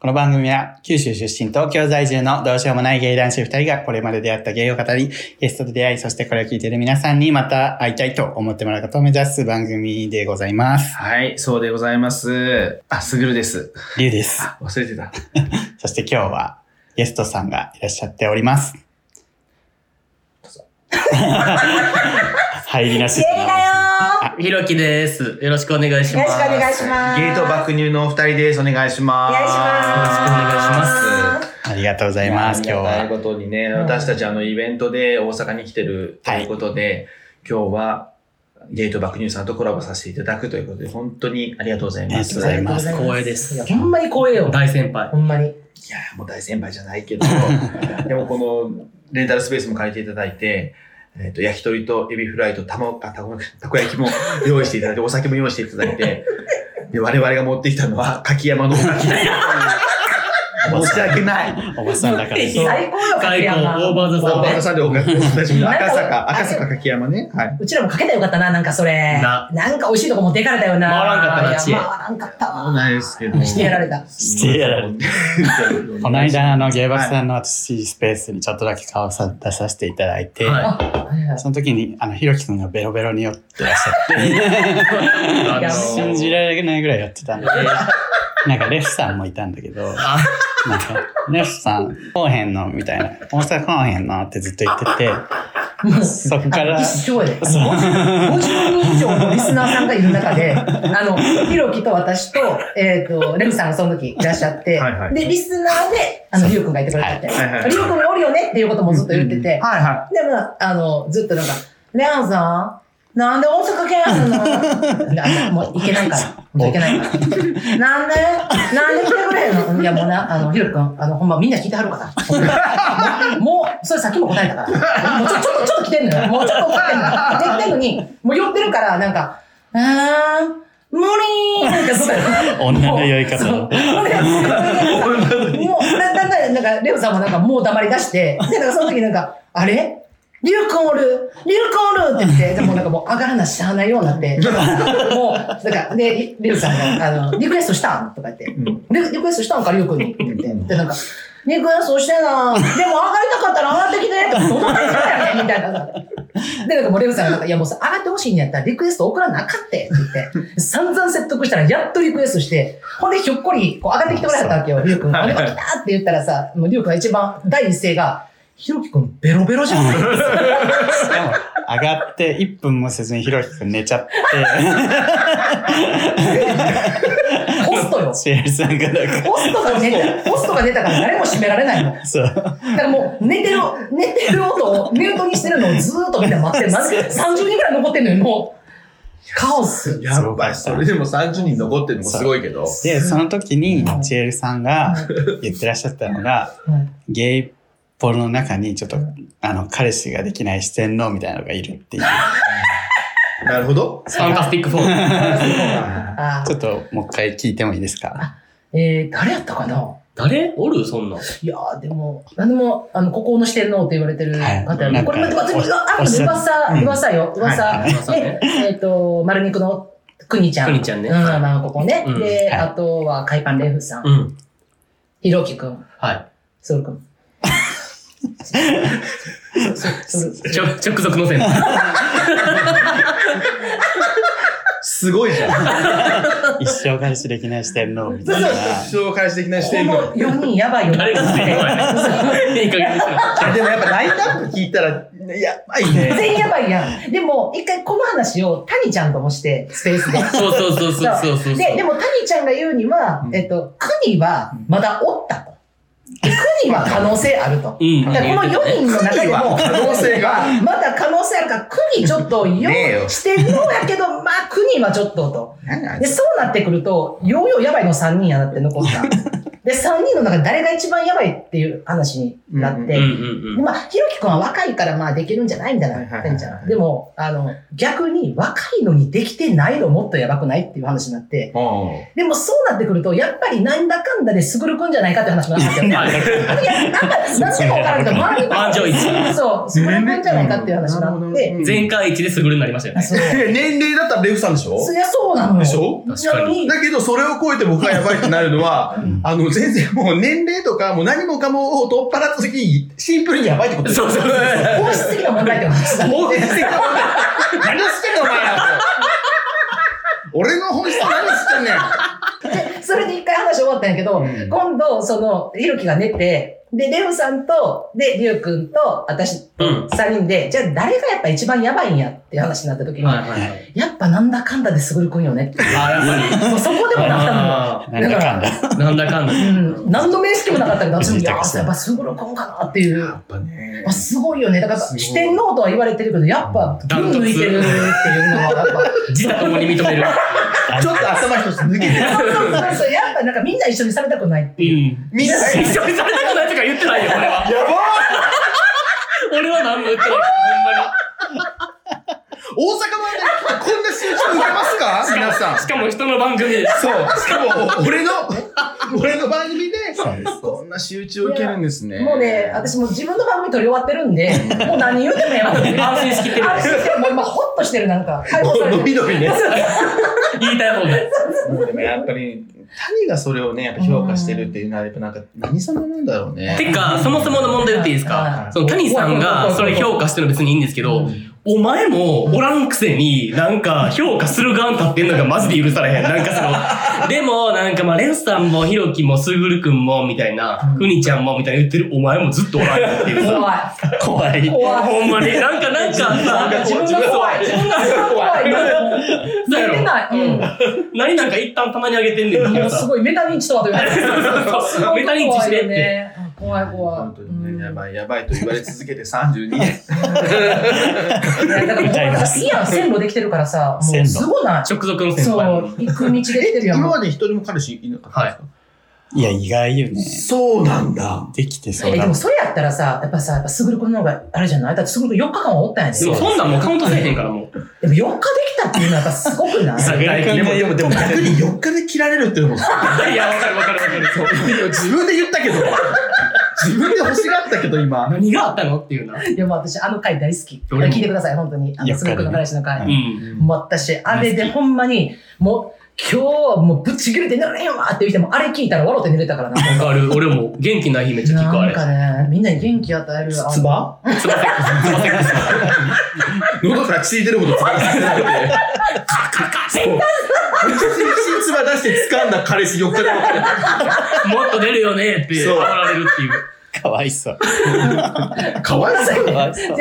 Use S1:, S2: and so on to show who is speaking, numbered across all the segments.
S1: この番組は九州出身東京在住のどうしようもない芸男子二人がこれまで出会った芸を語り、ゲストと出会い、そしてこれを聞いている皆さんにまた会いたいと思ってもらうことを目指す番組でございます。
S2: はい、そうでございます。あ、すぐるです。
S1: りゅうです。
S2: あ、忘れてた。
S1: そして今日はゲストさんがいらっしゃっております。入りなし
S3: シエリだよ
S4: ひろきです。よろしくお願いし
S3: よ
S4: ま
S3: ろ
S4: す。
S3: しくお願いします。
S2: ゲート爆乳のお二人です。お願いします。
S3: お願いします。
S4: よろしくお願いし
S3: す。
S1: ありがとうございます、今日
S2: ありが
S1: は。
S2: たいことにね、
S3: ん
S2: 私たちあのイベントで大阪に来てるということで、今日はゲート爆乳さんとコラボさせていただくということで、本当にありがとうございます。
S1: ありがとうございます
S4: 光栄です
S3: いやほんまに光栄よ。
S4: 大先輩。
S3: ほんまに。
S2: いや、もう大先輩じゃないけ ど、でもこのレンタルスペースも借りていただいて、えっ、と、焼き鳥とエビフライとたま、あ、たこ、たこ焼きも用意していた だいて、お酒も用意していただいて、で、我々が持ってきたのは、柿山のお かきだよ。申し訳ない。
S1: おばさんだからです。
S3: 最高よ、
S4: 最高、オーバーザ
S2: お
S4: さん
S2: ばあ
S4: ね。
S2: さんでおかきおなじみの赤坂、
S3: なんか
S2: 赤坂柿山ね。はい。
S3: うちらもかけたらよかったな、なんかそれ。
S4: な
S3: なんか美味しいとこ持っていかれたよな。
S4: 回らんかったない
S3: や
S4: 知恵
S3: 回らんかったわ。
S2: ないですけど
S3: してやら れた。
S1: してやられ
S2: た
S1: この間、あの、芸爆さんの私スペースにちょっとだけ顔さ出させていただいて、
S4: はい
S1: その時に、あの、ひろきくんがベロベロに酔ってらっしゃって、
S4: あの
S1: 信じられないぐらいやってた んで、なんかレフさんもいたんだけど、
S4: あ
S1: なんか、レフさん、後編の、みたいな、大阪後編のってずっと言ってて、そこから、
S3: 一
S1: そ
S3: 生やで。あの50人以上のリスナーさんがいる 中で、あの、ひろきと私と、えっ、と、レミさんがその時いらっしゃって、
S2: はいはい
S3: で、リスナーで、あの、りゅうくんがいてくれて
S2: は
S3: て、
S2: いはいはい
S3: りゅうくんがおるよねっていうこともずっと言ってて、
S2: はいは
S3: でも、あの、ずっとなんか、レアンさん、なんで大阪県やの なもういけないから。もういけないから。なんで、なんで来てくれんのいや、もうな、あの、ひろきくん、あの、ほんまみんな聞いてはるから。 もう、それさっきも答えたから。もうちょ、ちょっと、ちょっと来てんのよ。もうちょっと来てんのよ。来てんのに、もう寄ってるから、なんか、あーん、無理ーってずっと
S1: 女の酔い方
S3: そう もう、な、なんか、なんか、レオさんもなんか、もう黙り出して、で、なんか、その時なんか、あれリュウ君おるリュウ君おるって言って、でもなんかもう、上がらなしゃあないようになって、もう、なんか、で、リュウさんが、あの、リクエストしたんとか言って、
S2: い。うん
S3: リリクエストしたんか、リュウ君にって言って、で、なんか、リクエストしてなでも上がりたかったら上がってきてって、どの立場やねんみたいな。で、なんかもうレオさんがなんか、いやもうさ、上がってほしいんやったらリクエスト送らなあかんって、って言 って、散々説得したら、やっとリクエストして、ほんでひょっこり、こう上がってきてもらったわけよ、リュウ君。
S2: は
S3: あ
S2: い
S3: れ、来たって言ったらさ、もうリュウ君が一番、第一声が、ひろきくんベロベロじゃん。
S1: うでも、上がって1分もせずにひろきくん寝ちゃって、
S3: ホストよ。
S1: シエルさんがなんか、
S3: ホストが寝た、ホストが寝たから誰も閉められないの。
S1: そう、
S3: だからもう寝てる、寝てる音をミュートにしてるのをずーっとみんな待ってる。まず30人ぐらい残ってんのよ、もう。カオス。
S2: やっぱりそれでも30人残ってるのもすごいけど。
S1: で、その時に
S3: う、ん
S1: シエルさんが言ってらっしゃったのが、 ゲイポルの中にちょっと、あの、彼氏ができない四天王みたいなのがいるっていう。
S2: なるほど。
S4: ファンタスティックフォー。
S3: あ
S1: ちょっともう一回聞いてもいいですか
S3: えー、誰やったかな
S4: 誰おるそんなん。
S3: いやー、でも、何でも、あの、孤高のしてるのって言われてる方や
S1: はい
S3: これ、
S1: なん
S3: 待
S1: か
S3: って、待って、あ
S1: おっしゃる
S3: の、噂、
S2: うん
S3: 噂よ、噂。
S1: はい
S4: 噂ね
S3: ええっと、丸肉のくにちゃん。
S4: くにちゃんね
S3: うん、まあ、ここね。
S4: うん
S3: で、
S1: はい
S3: あとは、海パンレフさん
S4: う、ん。
S3: ひろきくん、
S4: は
S3: ソルくん。そそそ
S4: い。ちょ直属の先輩。
S2: すごいじゃん。
S1: 一生彼氏できない四天王みたいな。
S2: 一生返し的な視
S3: こ
S2: 点
S3: の
S2: の。
S3: 4人やばいよな
S4: 誰が先輩。いい加減にしろ。
S2: でもやっぱラインナップ聞いたら、いや、ばいね。
S3: 全員やばいやん。でも、一回この話を谷ちゃんともして、スペースで。
S4: そうそうそうそうそうそう。
S3: で、でも谷ちゃんが言うには、
S2: うん
S3: えっと、国はまだおったと。で国は可能性あると
S4: う。ん。
S3: だからこの4人の中でも、
S2: 国は可能性が
S3: まだ可能性あるから、国ちょっと用
S2: ねえよ
S3: 意してるのやけど、まあ国はちょっとと。で、そうなってくると、ようようやばいの3人やなって残った。で、3人の中で誰が一番やばいっていう話になって、
S2: うん
S4: うん
S3: でまあ、ひろきくんは若いからまあできるんじゃないみたいな
S2: はいはいはいはい
S3: てんちゃんでも、あの、逆に若いのにできてないのもっとやばくないっていう話になって、
S2: あ
S3: でもそうなってくると、やっぱりなんだかんだで優るくんじゃないかって話になって き
S4: うん。
S3: て、
S4: はい
S3: いや、なんか、なんでもわからんけど、周り
S4: 満場一
S3: に。そう、優るくんじゃないかっていう話になって、
S4: 全会一致ですぐるになりましたよね。
S3: そう。
S2: 年齢だったらレフさんでしょ
S3: そりゃそうなの
S2: でし
S3: よ。
S2: ょ
S4: 確かに。
S2: だけど、それを超えて僕がやばいってなるのは、あの、全然もう年齢とか、もう何もかもを取っ払った時に、シンプルにやばいってこと
S4: そうそう。
S3: 本質的な問題って話だ。
S2: 本質的な問題何してんのお前ら 俺の本質何してんねん
S3: で、 それで一回話終わったんやけど、
S2: うん
S3: 今度、その、ひろきが寝て、で、レオさんと、で、りゅうくんと、私、
S4: うん
S3: 三人で、じゃあ誰がやっぱ一番やばいんやって話になった時に、
S4: はいはいはい。
S3: やっぱなんだかんだですぐるくんよねって。
S4: あ、やっぱり。
S3: もうそこでもなったのよ。
S4: あ
S1: なんだかんだ。
S4: ーなんだかんだ。
S3: うん、何の面識もなかったけど、私も、いや
S1: 藤井隆さ
S3: ー、
S1: ん
S3: やっぱすぐるくんかなっていう。
S2: やっぱね
S3: あすごいよね。だから、
S2: すごい
S3: 四天王とは言われてるけど、やっぱ、
S4: ダントツ
S3: 群抜いてるっていうのは、やっぱ、
S4: 自他共に認める。
S2: ちょっと頭一つ抜けてる
S3: そうそうそうそう、やっぱなんかみんな一緒にされたくないって
S4: う
S3: いう。
S4: ん。
S2: みんなや
S4: 一緒にされたくないとか言ってないよ、俺は。
S2: ばー
S4: 俺は何も言ってない。
S2: 大阪までこんな集中受けますか
S4: ほんま
S2: 皆
S4: に。
S2: さん
S4: しかも人の番組で。
S2: そうしかも俺の俺の番組で
S1: そうです
S2: こんな集中受けるんですね
S3: もうね、私もう自分の番組撮り終わってるんで、もう何言うてもやばくて。
S4: 安心しきってる
S3: 安心してる。もう今、ホッとしてる、なんか。解放され
S2: 伸
S3: て
S2: び
S3: る。
S2: 伸びね
S4: 言いたい方が。
S2: でもやっぱり谷がそれをねやっぱ評価してるっていうのはやっぱなんか何様なんだろうね
S4: てか、そもそもの問題言っていいですか
S3: はい
S4: その谷さんがそれ評価してるの別にいいんですけど、お前もおらんくせになんか評価する側に立ってんのがマジで許されへん。なんか その、でもなんかまあレンさんもひろきもすぐるくんもみたいな、ふにちゃんもみたいな言ってるお前もずっとおらんよって いうさ。
S3: 怖い。
S1: 怖い。
S3: 怖い。
S4: ほんまに、 なんかなんかさ、
S3: 自分が怖い。自分が怖い。見
S4: そう
S3: え
S4: やろ
S3: てない。うん。
S4: 何なんか一旦たまにあげてんねんけ
S3: も
S4: ど
S3: う
S4: さ
S3: す。ごい、メタ認知とはと言われて
S4: そうそうそうメタ認知してって。
S3: ね。怖い怖い
S2: 本当。にねや
S3: うん
S2: ばいやばいと言われ続けて32年
S3: いやだからもうなんかいいやん、線路できてるからさ、も
S1: 線
S3: う
S1: 路
S3: すごない。
S4: 直属の先
S3: そう、
S4: 輩。
S3: 行く道できてるやん。
S2: 今まで一人も彼氏いなかったんですか
S1: いや、意外よね。
S2: そうなんだ。
S1: できてそう
S3: え、で
S1: だ
S3: も。それやったらさ、やっぱさ、やっぱすぐるくんの方があれじゃないだってすぐるくん4日間はおったんやで。
S4: でもそんなんもうカウントせえへんからもう。
S3: でも4日できたっていうのはやっぱすごく ない
S4: さ
S1: 桜井君がよく
S2: も逆に4日で切られるっていうのも、
S4: いや、わかるわかるわかる。そ う
S2: 自分で言ったけど、自分で欲しがったけど今。
S4: 何があったのっていうな。
S3: いや、もう私、あの回大好き。
S4: 俺も
S3: 聞いてください、本当に。あ
S1: いや
S3: の、すごくの彼氏の
S1: う
S3: 回。
S1: ん
S4: うん。
S3: もう私、あれでほんまに、もう、今日はもうぶっちぎれて寝られんわって言っても、あれ聞いたら笑って寝れた からな。
S4: わかる。俺も元気ない日めっちゃ聞くあ
S3: なん
S4: れ。
S3: かね、みんなに元気与える。あの
S2: つば
S4: つばせっつばせっく
S2: 喉から血出るほどつば出してなくて。
S4: カカカ
S2: そう血つば出して掴んだ彼氏4日で分かれた
S4: もっと出るよねって、
S2: そう
S4: 煽られるっていう。
S1: かわいそう。
S2: かわいそう
S1: かわいそう。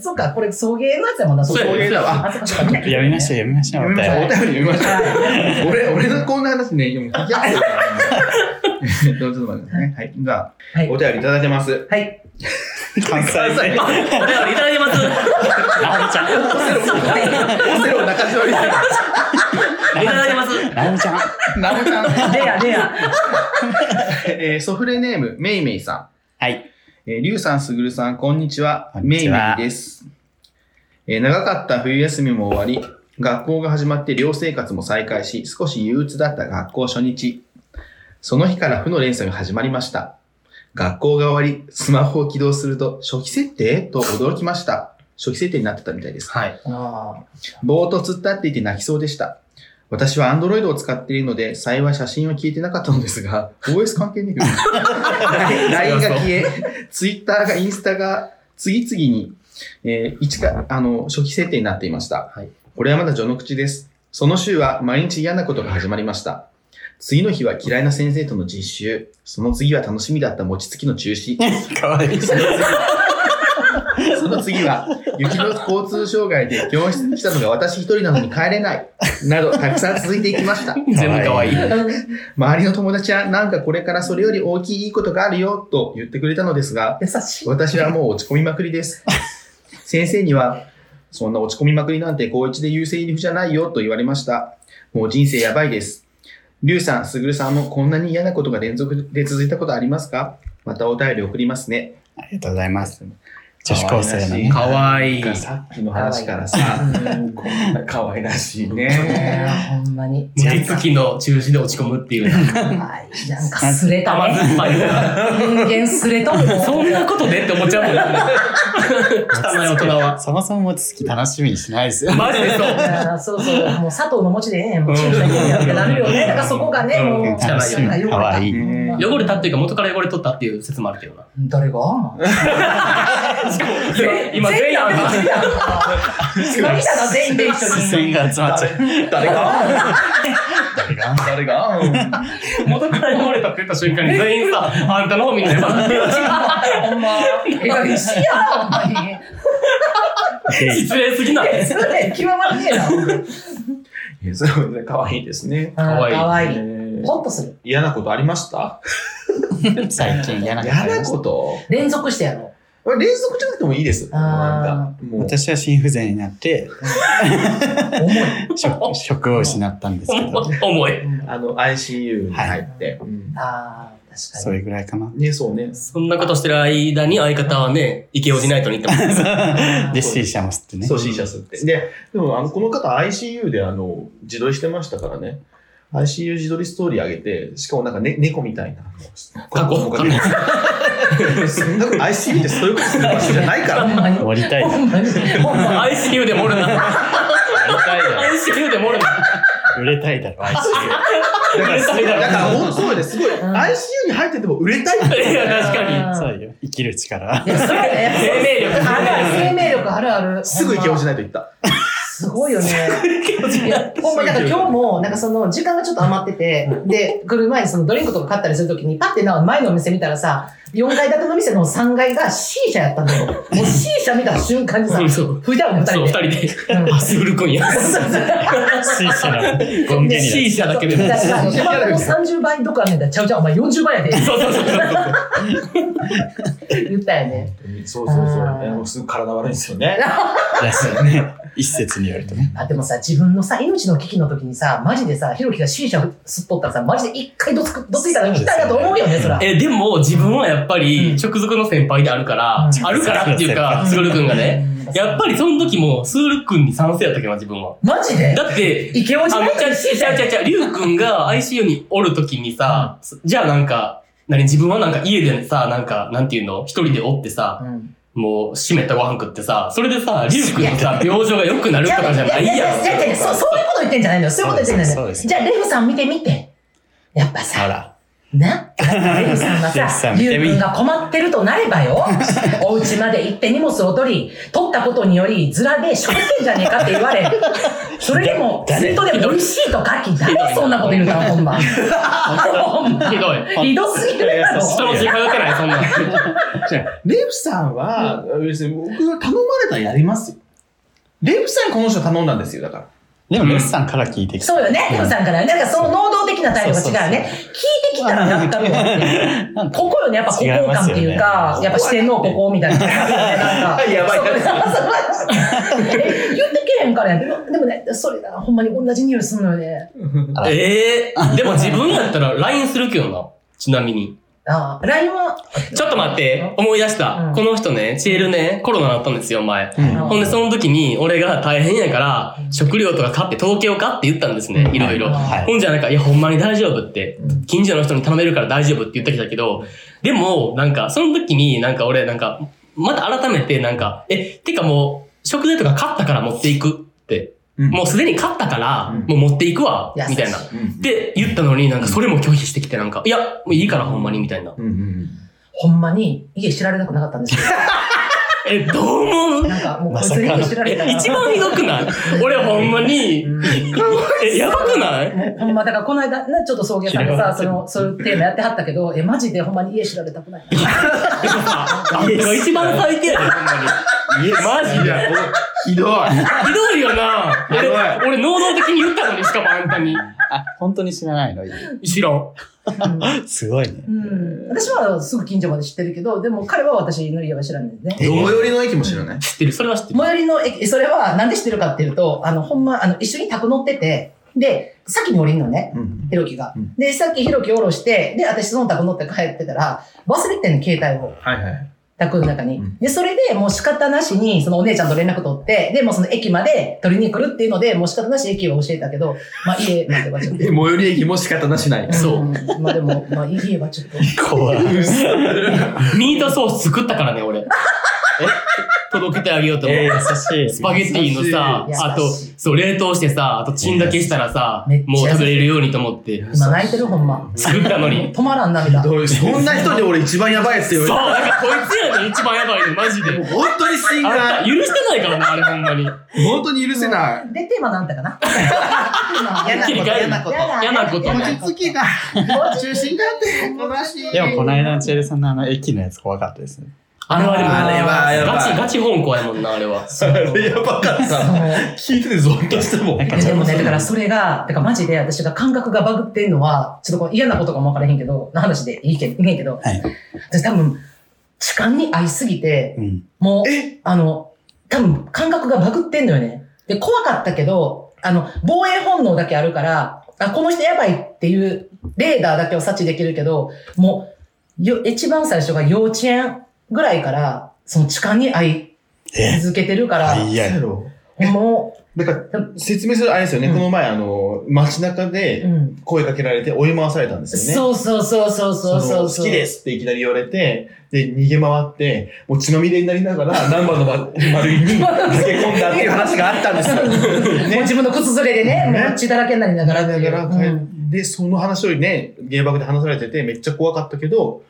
S3: そうか、これ、送迎のやつやもんな、
S4: そうや
S2: そういうのは
S3: あ、そうか、そうか。
S1: やめましょう、やめましょう。
S2: 読みましょう。お便り読みましょう。 俺、俺のこんな話ね、読む。い や、どうぞ、どうぞね。はい。じゃあ、
S3: はい
S2: お便りいただいてます。
S3: はい。
S1: 関西
S2: 関西
S1: 弁。
S4: あ、お便りいただきます。
S1: なおちゃん。
S2: オセロ中島みたい な。
S4: いただきます。
S1: なおちゃん。
S2: なおちゃん。
S3: レア、レア。
S2: えーソフレネーム、めいめいさ
S1: はい。
S2: ん。えー、りゅうさん、すぐるさん、こんにちは。
S1: こんに
S2: め
S1: ち
S2: いめ
S1: はい
S2: です。えー長かった冬休みも終わり、学校が始まって寮生活も再開し、少し憂鬱だった学校初日。その日から負の連鎖が始まりました。学校が終わり、スマホを起動すると、初期設定と驚きました。初期設定になってたみたいです。
S4: はい。
S3: あ
S2: ぼーっと突っ立っていて泣きそうでした。私は Android を使っているので、幸い写真を聞いてなかったのですが、OS 関係ねえけ ど。LINE が消え、Twitter がインスタが次々に、えー一か、あの、初期設定になっていました。
S4: はい
S2: これはまだ序の口です。その週は毎日嫌なことが始まりました。次の日は嫌いな先生との実習。その次は楽しみだった餅つきの中止。
S1: かわいそう。
S2: その次は、雪の交通障害で教室に来たのが私一人なのに帰れない。など、たくさん続いていきました。
S4: 全部可愛い。
S3: あ。優
S2: 周りの友達は、なんかこれからそれより大きいいいことがあるよ、と言ってくれたのですが、
S3: しい。
S2: 私はもう落ち込みまくりです。先生には、そんな落ち込みまくりなんて高一で優勢入りじゃないよと言われました。もう人生やばいです。りゅうさん、すぐるさんもこんなに嫌なことが連続で続いたことありますかまたお便り送りますね。
S1: ありがとうございます。女子高生のね。
S4: かわいい
S2: なんかさっきの話からさ、
S3: うん
S2: こんな可愛らしい
S3: ね
S2: ね。
S3: ほんまに。
S4: 無実機の中止で落ち込むっていう。
S3: なんかすれた
S4: 甘
S3: わ。
S4: 酸っぱい。
S3: 人間すれとも。
S4: そんなことでって思っちゃうもん ね。汚い大人は。
S1: そもそも餅つき楽しみにしないですよ。
S4: マジでそう。
S3: あーそうそう、もう佐藤の餅でね、もう注射にやってなるよね。だからそこがね、もう、
S4: うん
S1: 楽し
S3: なん
S1: み。かわいい。
S2: ね
S4: 汚れたっていうか元から汚れとったっていう説もあるけどな。
S3: 誰が
S4: 今全員
S3: や
S4: あ
S3: ん
S4: る
S3: か。今見たな、全員で一
S1: 視
S3: 緒
S1: 線
S3: に。
S1: が集まっちゃう。
S2: 誰が誰が誰が
S4: 元から汚れたって言った瞬間に全員さ、あんたの方見ないわ。
S3: ほんま。えかげんしいやな、ほんまに。
S4: 失礼すぎない。
S3: それ、極まんねえな。
S2: いやそうね可愛いですね。
S3: か
S4: わいい
S3: かわいい。
S2: えー
S3: ほっとする。
S2: 嫌なことありました
S1: 最近嫌なことあ
S2: 嫌
S1: りま
S2: な
S1: した
S2: こと
S3: 連続してやろ
S2: 連続じゃなくてもいいです。
S3: あー
S2: なんか、もう。
S1: 私は心不全になって、
S3: う。重い。
S1: 職職を失ったんですけど、
S4: 重い。
S2: あの、ICU に入って。うん
S3: ああ、確かに。
S1: それぐらいかな。
S2: ね、そうね。
S4: そんなことしてる間に相方はね、池オジナイトに行って ます。
S1: で、C 社も吸ってね
S2: そ。う、C シャスって。で、でも、あの、この方 ICU で、あの、自撮りしてましたからね。ICU 自撮りストーリー上げて、しかもなんか、ね、猫みたいな。
S4: 過去わかんない
S2: そんなこと ICU ってそういうことする場所じゃないか
S3: ほん
S2: ら。
S3: まに。
S1: 終わりたい。
S3: ほんまに。ほんま
S4: ICU でもおるな。
S1: 売れたいだろ。
S4: ICU でもおるな。
S1: 売れたいだろ、ICU。
S2: だから、すごい、だから、本当そうです。ごい、
S3: ん
S2: ICU に入ってても売れたいんだ
S4: い
S2: よ。
S4: や、確かに。
S1: そうよ。生きる力。
S3: いや、それやっぱ
S4: 生命
S3: あるある生命
S4: 力
S3: 力あるある。
S2: すぐ行け落ち
S3: ない。
S2: ないと言った。
S3: すごいよね。いや、ほんま、なんか今日も、なんかその、時間がちょっと余ってて、で、来る前にそのドリンクとか買ったりするときに、パッてなんか前のお店見たらさ、4階建ての店の3階が C 社やったんだ よ。もう C 社見た瞬間にさ、
S4: そうそう。
S3: 拭いたのね、2
S4: そう、
S3: 人
S4: 二
S3: で。
S4: 人で。
S3: うん
S4: あ、すぐるくんや。
S1: C 社の権限に
S4: C 社だけで
S3: そ
S4: も
S3: う。だからお前の30倍どこあんねんだちゃうちゃう、お前40倍やで。
S4: そうそうそうそう。
S3: 言ったよね。
S2: そうそうそう。
S3: あー
S2: いやもうすぐ体悪いんですよね。
S1: らしいよね。一説によるとね。
S3: あでもさ、自分のさ、命の危機の時にさ、マジでさ、ひろきが C 社吸っとったらさ、マジで一回どつく、どついたら来たいなと思うよね、そら。
S4: え、でも自分はやっぱ
S3: うん
S4: り直属の先輩であるか
S3: う
S4: ら、
S3: ん
S4: あるからっていうか、すぐるくんがね。やっぱりその時も、すぐるくんに賛成やったけどな、自分は。
S3: マジで
S4: だって、
S3: イケオジ
S4: あ、
S3: な
S4: め
S3: い
S4: ち
S3: と
S4: ゃくちゃ、
S3: C
S4: ち
S3: 社
S4: ゃちゃちゃ、りゅうくんが ICU におるときにさ、じゃあなんか、何、自分はなんか家でさ、なんか、なんていうの、一人でおってさ、
S3: うん
S4: もう、湿ったご飯食ってさ、それでさ、りゅうくんのさ、病状が良くなるとかじゃない
S3: い
S4: やん。
S3: やいやいやいやそうそういうこと言ってんじゃないのよ。そういうこと言ってんじゃないの
S1: そ
S3: よ。
S1: うです
S3: じゃあ、レフさん見てみて。やっぱ
S1: あ
S3: さ、
S1: ら。
S3: な、レフさんが
S1: レフさ
S3: さ、
S1: ん見
S3: リ
S1: て
S3: ュ
S1: み
S3: ウ君が困ってるとなればよ、お家まで行って荷物を取り、取ったことにより、ズラでしょってんじゃねえかって言われ、それでも、ずっとでも美味しいとかき、誰そんなこと言うたの、ほんま。ほんま
S4: ひどい。
S3: ひどすぎるやろ。
S4: 人の血通ってない、そんなん。
S2: じゃあレフさんは、別に僕が頼まれたらやりますよ。レフさんにこの人頼んだんですよ、だから。
S1: でも、レスさんから聞いてきた。
S3: そうよね、レフさんから。なんかその能動的な態度が違うね。聞いてきたらなんかもうね
S1: なんか
S3: ここよね、やっぱここ感っていうか、
S1: 違いますよね
S3: やっぱ四天王ここみたいな感じで。なんか
S2: やばい
S3: そうそうえ言ってけへんからやでもでもね、それがほんまに同じ匂いするのよね。
S4: ええでも自分やったら LINE するけどな。ちなみに。
S3: ああ、LINE は。
S4: ちょっと待って、思い出した。
S3: うん
S4: この人ね、チエルね、コロナだったんですよ、前。
S1: うん
S3: あ
S4: ほんで、その時に、俺が大変やから
S3: う、ん
S4: 食料とか買って、東京買って言ったんですね、いろいろ。
S1: はい
S4: ほんじゃなんか、いや、ほんまに大丈夫って、近所の人に頼めるから大丈夫って言ってきたけど、でも、なんか、その時になんか俺、なんか、また改めて、なんか、え、てかもう、食材とか買ったから持っていくって、
S2: うん
S4: もうすでに買ったから、
S2: うん
S4: もう持っていくわ
S3: 優し、い
S4: みたいな。っ
S2: うん。
S4: て言ったのになんか、それも拒否してきて、なんか、いや、もういいから、ほんまに、みたいな。
S2: うんうん
S3: ほんまに家知られなくなかったんですよ。
S4: え、どう思う
S3: なんかもうこいつに家知られたか
S4: え、
S3: ら。
S4: 一番ひどくない 俺ほんまに、え、やばくない
S3: もうほんま、だからこの間、ね、ちょっと送迎さん
S1: 嫌
S3: で
S1: わ
S3: さ、
S1: れて
S3: そ
S1: る
S3: の、そういうテーマやってはったけど、え、マジでほんまに家知られたくない。
S4: ああんたが一番最低やで、ほんまに。マジ
S2: い
S4: で。
S2: や、ひどい。
S4: ひどいよな。
S2: ひどい
S4: 俺、俺能動的に言ったのに、しかもあんたに。
S1: あ、本当に知らないの
S4: 知らん。
S1: すごいね。
S3: うん、私はすぐ近所まで知ってるけど、でも彼は私の家は知らないんですね。
S2: どこ寄りの駅も知らない。
S4: 知ってる、それは知って
S3: 最寄り
S4: る。
S3: の駅、それはなんで知ってるかっていうと、あの、ほんま、あの、一緒に宅乗ってて、で、先に降りんのね、
S2: うん
S3: ひろきが
S2: うん。
S3: で、さっきひろき降ろして、で、私その宅乗って帰ってたら、忘れてんね、携帯を。
S2: はいはい。
S3: 宅の中に
S2: うん。
S3: で、それでもう仕方なしに、そのお姉ちゃんと連絡取って、で、もうその駅まで取りに来るっていうので、もう仕方なし駅は教えたけど、まあ家まではちょっと。。
S2: 最寄り駅も仕方なしない。
S4: そうん
S3: まあでも、まあ家はちょっと。
S1: 怖い。
S4: ミートソース作ったからね、俺。届けてあげようと思
S1: え
S4: う。
S1: ー、優しい。
S4: スパゲッティのさ
S3: 優しい、
S4: あと、そう、冷凍してさ、あとチンだけしたらさ
S3: めっち、ゃ
S4: もう食べれるようにと思って、
S3: 今泣いてるほんま。
S4: 作ったのに。
S3: 止まらん涙。
S2: どうそんな人で俺一番やばいっす
S4: そう、
S2: よ。
S4: なんかこいつやね一番やばいの、マジで。
S2: 本当に信
S4: あんた
S2: 頼。
S4: 許してないからな、あれほんまに。
S2: 本当に許せない。
S3: で、テーマなんだかな
S2: 嫌な
S4: 切
S2: こ
S4: り
S2: と、
S4: 替える
S2: 嫌なこと。
S4: 嫌なこと
S2: 落ち着きが、中心があって、悲しい。
S1: でもこの間のチェルさんのあの駅のやつ怖かったですね。
S4: あれはでも、
S2: あれはやばい
S4: ガチ、ガチ香港やもんな、あれは。
S2: あれやばかった。聞いててゾッとしても
S1: なんか
S3: えでもね、
S1: ち
S3: だか
S1: ょっ
S3: らそれが、だからマジで私が感覚がバグってんのは、ちょっとこう嫌なことかもわからへんけど、の話でいいけど、いいけど、
S1: はい
S3: 私多分、痴漢に会いすぎて、
S1: とうん。
S3: もう、
S2: え
S3: あの、多分感覚がバグってんのよね。で、怖かったけど、あの、防衛本能だけあるから、あ、この人やばいっていうレーダーだけを察知できるけど、もう、よ、一番最初が幼稚園ぐらいから、その痴漢に会い
S1: え
S3: 続けてるか
S1: あ、
S3: ら、
S1: いや。
S3: も
S2: なんか、説明するあれですよね。
S3: うん
S2: この前、あの、街中
S3: う、う
S2: で
S3: ん。
S2: 声かけられて追い回されたんですよね。
S3: そうそうそうそうそ
S2: そ
S3: うそ
S2: の
S3: うそう。
S2: 好きですっていきなり言われて、で、逃げ回って、もう血まみれになりながら、ナンバー の丸いに駆け込んだっていう話があったんですよ。
S3: もう
S2: ね。
S3: 自分の靴ずれでね、
S2: ね
S3: もう血だらけになりな
S2: な
S3: がら。
S2: らながら帰
S3: う
S2: っ
S3: ん
S2: で、その話をね、原爆で話されてて、めっちゃ怖かったけど、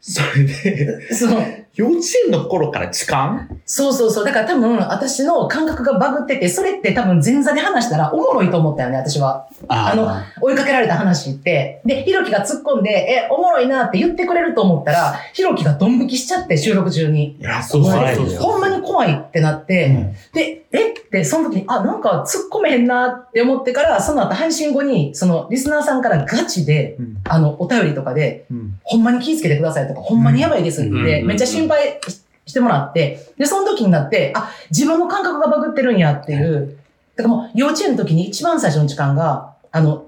S2: それで、
S3: そう
S2: 幼稚園の頃から痴漢
S3: そうそうそう。だから多分、私の感覚がバグってて、それって多分前座で話したらおもろいと思ったよね、私は。あの
S1: あ、
S3: 追いかけられた話って。で、ひろきが突っ込んで、え、おもろいなって言ってくれると思ったら、ひろきがドン引きしちゃって、収録中に。
S2: いや、
S1: そうそう
S4: 怖いよ
S3: ほんまに怖いってなって、で、えって、その時に、あ、なんか突っ込めへんなって思ってから、その後配信後に、そのリスナーさんからガチで、
S2: うん
S3: あの、お便りとかで、
S2: うん
S3: ほんまに気ぃつけてくださいとか、ほんまにやばいですって、
S1: うん
S4: うん
S3: めっちゃ心配ししてもらって、で、その時になって、あ、自分の感覚がバグってるんやっていう。だからもう、幼稚園の時に一番最初の時間が、あの、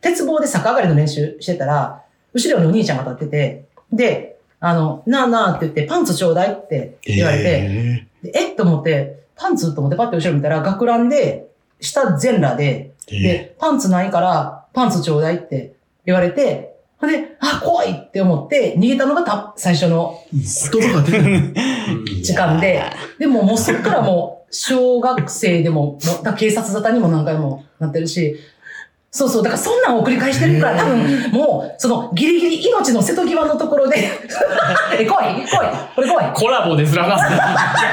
S3: 鉄棒で逆上がりの練習してたら、後ろにお兄ちゃんが立ってて、で、あの、なあなあって言って、パンツちょうだいって言われて、
S1: え
S3: でえっと思って、パンツと思ってパッて後ろ見たら、学ランで、下全裸で、
S1: ーえ
S3: で、パンツないから、パンツちょうだいって言われて、ほんで、あ、怖いって思って、逃げたのがた最初の
S2: 言葉が出てる。
S3: 時間で、でももうそっからもう、小学生でも、もうだ警察沙汰にも何回もなってるし、そうそう、だからそんなんを繰り返してるから、多分もう、その、ギリギリ命の瀬戸際のところで、 え、怖い怖いこれ怖い
S4: コラボですらな。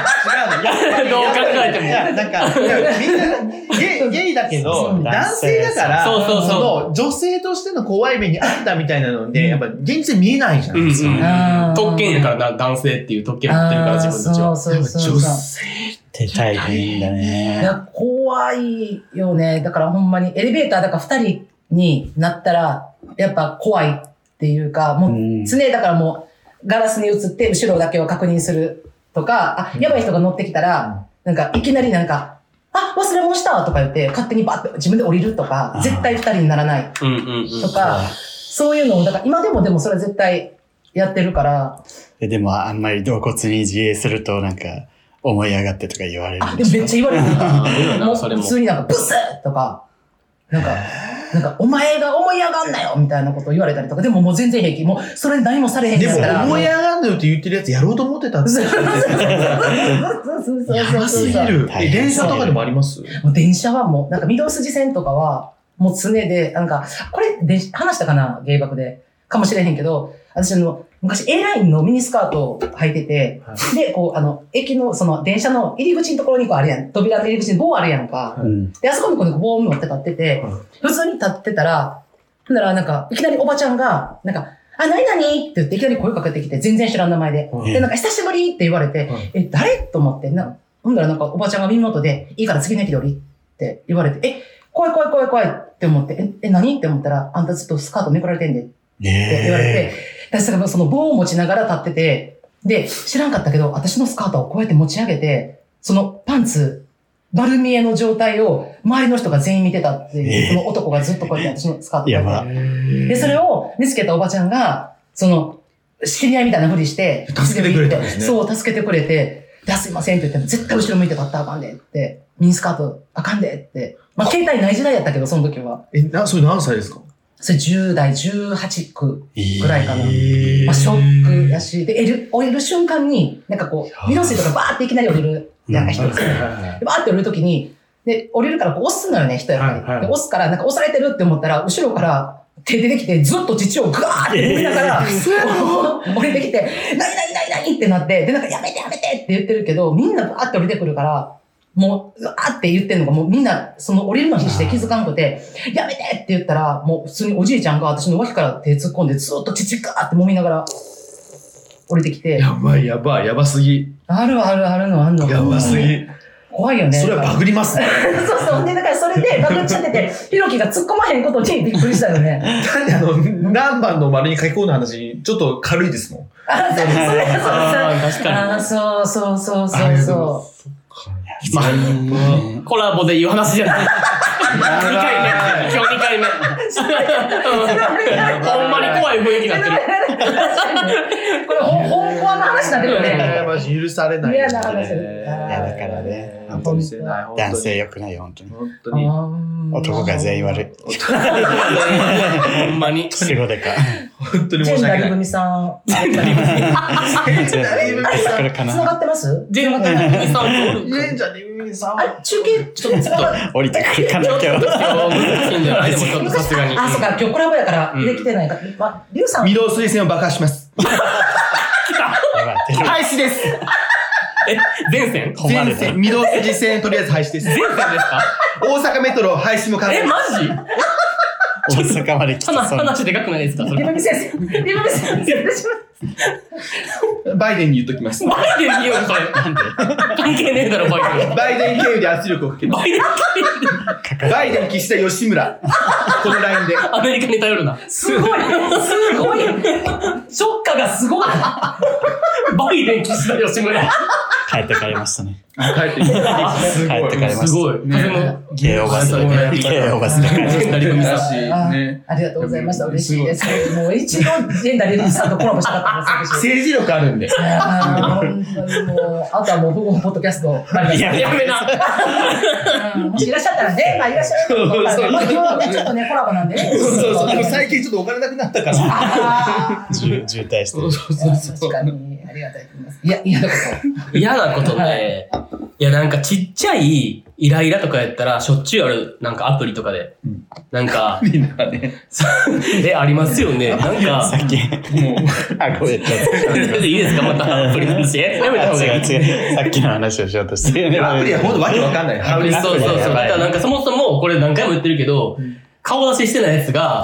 S2: 違うの
S4: どう考えても
S2: いや、なんか、いやみんな、ゲイ、ゲイだけ
S3: そ
S2: ど、
S3: う
S2: 男性だから、
S4: そうそうそう
S2: の女性としての怖い目にあったみたいなので、やっぱ現実見えないじゃ。
S4: うんんう
S3: あ
S4: ん
S3: ー。
S4: 特権やからな、男性っていう特権持ってるから、
S3: あー
S4: 自分たち
S3: そう
S4: は。
S3: そうそう
S2: 女
S3: そ
S2: 性
S3: う。
S1: 手大変だ
S3: い
S1: ね。
S3: や、怖いよね。だからほんまに、エレベーターだから二人になったら、やっぱ怖いっていうか、も
S1: うん
S3: う常にだからもう、ガラスに映って後ろだけを確認するとか、あ、やばい人が乗ってきたら、なんかいきなりなんか、あ、忘れ物したとか言って、勝手にバッて自分で降りると
S1: あ
S3: か
S1: ー、
S3: 絶対二人にならない
S4: うんうんうん。
S3: とか、そういうのを、だから今でもでもそれは絶対やってるから、
S1: えでもあんまり洞骨に自衛するとなんか思い上がってとか言われる
S3: あ、
S1: ん
S3: で
S1: で
S3: も
S1: し
S3: めっちゃ言われるから
S4: あーいいよ
S3: もう
S4: な、それ
S3: 普
S4: も。
S3: 通になんかブスッとか、なんか、なんか、お前が思い上がんなよみたいなことを言われたりとか、でももう全然平気。もう、それに何もされへん
S2: で
S3: やった
S2: も、
S3: ら。
S2: 思い上がんのよって言ってるやつやろうと思ってたんです
S3: そう
S2: よ。
S3: そう そうそう
S2: やばすぎる。え、電車とかでもあります
S3: もう電車はもう、なんか、御堂筋線とかは、もう常で、なんか、これ、電車話したかな芸爆で。かもしれへんけど、私あの、昔 A ラインのミニスカートを履いてて、
S2: は
S3: で、こう、あの、駅の、その、電車の入り口のところにこうあるやん。扉の入り口に棒あるやんか。
S1: ょ。うん。
S3: で、あそこにこう、ボーン乗って立ってて
S2: うん、
S3: 普通に立ってたら、ほんならなんか、いきなりおばちゃんが、なんか、あ、何々って言っていきなり声かけてきて、全然知らん名前で。
S2: うん
S3: で、なんか、久しぶりって言われて、
S2: う
S3: え、誰と思って、な、ほんならなんか、おばちゃんが耳元で、いいから次の駅で降りって言われて、え、怖い怖い怖い怖いって思って、え、え何って思ったら、あんたずっとスカートめくられてんでって
S1: ね
S3: 言われて
S1: え。、
S3: 私それもその棒を持ちながら立ってて、で、知らんかったけど、私のスカートをこうやって持ち上げて、そのパンツ、丸見えの状態を周りの人が全員見てたっていう、
S1: えー
S3: その男がずっとこうやって私のスカートをこうやって
S1: やば
S3: で、それを見つけたおばちゃんが、その、知り合いみたいなふりして、
S2: 助けてくれたんですね
S3: そう、助けてくれて、いや、すいませんって言っても、絶対後ろ向いてバッターあかんでって、ミニスカートあかんでって。まあ、携帯ない時代やったけど、その時は。
S2: え、な、それ何歳ですか
S3: それ10代、18区、
S1: ぐ
S3: ぐらいかな
S2: え
S3: まあ、ショックやし、で、降り降りる瞬間に、なんかこう、広瀬とかバーっていきなり降りる、なんか人ですよでバーって降りるときに、で、降りるからこう押すのよね、人やっぱり。
S2: はいはい
S3: で押すから、なんか押されてるって思ったら、後ろから手出てきて、ずっと父をガーって追いながら、降りてきて、なになになになにってなって、で、なんかやめてやめてって言ってるけど、みんなバーって降りてくるから、もう、あって言ってんのが、もうみんな、その降りるの必死で気づかんくて、やめてって言ったら、もう普通におじいちゃんが私の脇から手突っ込んで、ずっと父ガーって揉みながら、降りてきて、
S2: やばいやばい、やばすぎ。
S3: あるあるあるのあんの。
S2: やばすぎ。
S3: 怖いよね。
S2: それはバグりますね。
S3: そうそう。で、だからそれでバグっちゃってて、ひろきが突っ込まへんことに びっくりしたよね。
S2: だってあの、何番の丸に書き込んだ話、ちょっと軽いですもん。
S3: あ、そうそうそうそう。
S4: あー確か
S3: あーそうそうそうそうそ
S4: に。まあ、コラボで言う話じゃない。2回目。今日2回目。
S3: う。
S4: ほんまに怖い雰囲気になってる。
S3: これ、ほん、本コアの話になってるよね。
S2: マジ許されない。
S3: 嫌な話だ
S1: やだからね
S2: 本当にせない。本当に
S1: 男性良くないよ、本当に。
S2: 本当に。
S3: 男
S1: 男が全員悪い。
S4: ほんまに。
S1: すごでか。
S2: 本当に
S3: ジ
S2: 申し
S3: ェンダ
S2: 訳
S3: リ
S2: ない。
S3: 組さん。
S1: ジェンダリブミさんこれか
S3: 繋
S1: な
S3: がってます
S4: ジェンダーさんおる
S2: ジェンダリブミさん
S3: あれ、中継、ちょっと繋がっ
S1: 降りてくるかな、今日。
S4: 難しいんじゃ ないでもちょっとさすがに。
S3: あ、そうか、今日コラボやから、できてないから。ま、りゅうさん
S2: 御。堂推薦を爆破します。
S1: やばい。
S2: 廃止です
S4: え、前線
S1: 困
S2: 全
S1: るな
S2: 線、御堂筋線とりあえず廃止です。
S4: 前線ですか
S2: 大阪メトロ廃止も考
S4: え、
S2: え
S4: マジ
S1: 大阪まで来てそ
S4: 話、
S1: うな。
S4: 話でかくないですかそ
S3: り
S4: れ。
S3: ぶみ先生。りぶみ先生。
S2: バイデンに言っときます。
S4: バイデンに言うのそれ。関係ねえだろ、バイデン。
S2: バイデン経由で圧力をかける。
S4: バイデン
S2: バイデン岸田吉村。このラインで。
S4: アメリカに頼るな。
S3: すごい、すごい。ショッカーがすごい。
S4: バイデン岸田吉村。
S1: 帰って帰りましたね。
S2: 帰ってきた。す
S1: 帰って帰りました
S4: すごい。
S2: ね
S4: 風も。
S1: ゲーオーバスでね。ゲーオーバスで帰って。
S4: 成組さん
S3: あありがとうございました。嬉しいです。もう一度、ジェンダーレディさんとコラボしたかったです。
S2: 政治力あるんで。
S3: あー本当にもう、あとはもう、ほぼポッドキャスト。
S1: いや、
S4: やめな。
S3: うんもしいらっしゃったらね、まあいらっしゃると思ったら、まあ今日はね、ちょっとね、コラボなんでね。
S2: そうそうそう。でも最近ちょっとお金なくなったから。
S3: あー
S1: 渋渋滞してる。
S2: そう
S3: 確かに、ありがたいと思います。いや、いや、だから
S4: 嫌なことね。いや、なんかちっちゃいイライラとかやったら、しょっちゅうある、なんかアプリとかで。なんか、
S2: みんなね。
S4: え、ありますよね。 なん
S1: さ
S4: か、
S1: っき、
S2: もう、
S1: あ、ごめん、ちょっと。
S4: いいですかまたアプリの話。えやめた方が
S1: 違
S4: いうい。
S1: 違う。さっきの話をしようとして。
S2: アプリはほんとわけわかんない。ハウリ
S4: そうそうそう。
S1: や
S4: だ
S1: ば
S4: か
S1: い
S4: らなんかそもそも、これ何回も言ってるけど、顔出ししてないやつが、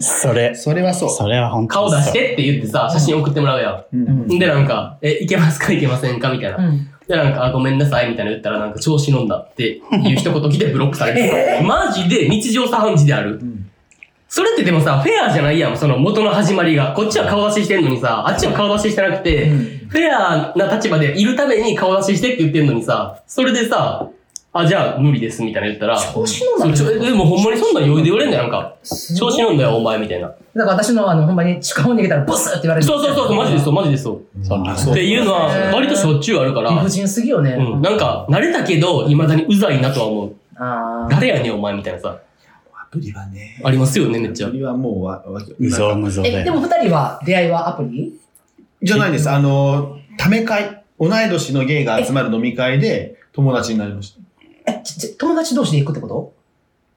S1: それ、
S2: それはそ
S1: それは本当
S4: 顔
S1: にそ
S4: 出
S1: う
S4: してって言ってさ、写真送ってもらうや
S2: う。うん
S4: ん。で、なんか、え、いけますかいけませんかみたいな。
S3: うん
S4: で、なんか、あごめんなさい、みたいな言ったら、なんか、調子飲んだっていう一言来てブロックされてマジで日常茶飯事である。
S2: ん
S4: それってでもさ、フェアじゃないやん、その元の始まりが。こっちは顔出ししてんのにさ、あっちは顔出ししてなくて、フェアな立場でいるために顔出ししてって言ってんのにさ、それでさ、あ、じゃあ無理です、みたいな言ったら、
S3: 調子の
S4: そう
S3: な
S4: ちょでもほんまにそんなん余裕で言われんだよ、なんか。調子飲んだよ、お前、みたいな。
S3: だから私の、あの、ほんまに、地下を逃げたら、ボスって言われる。
S4: そうそうそう、マジでそう、マジでそう。
S1: そんな
S2: そ
S4: っていうのは、割としょっちゅうあるから
S3: 理、不尽すぎよね。
S4: うん、なんか、慣れたけど、未だにうざいなとは思う。
S3: あー
S4: 誰やねん、お前みたいなさ。
S2: アプリはね。
S4: ありますよね、めっち
S2: ア
S4: ゃ
S2: プ。リはもうわ、わけ
S1: 無造無造
S3: え、
S1: で
S3: で。も二人は、出会いはアプリ
S2: じゃないです。あの、ため会。同い年のゲイが集まる飲み会で友達になりました。
S3: え、ちち友達同士で行くってこと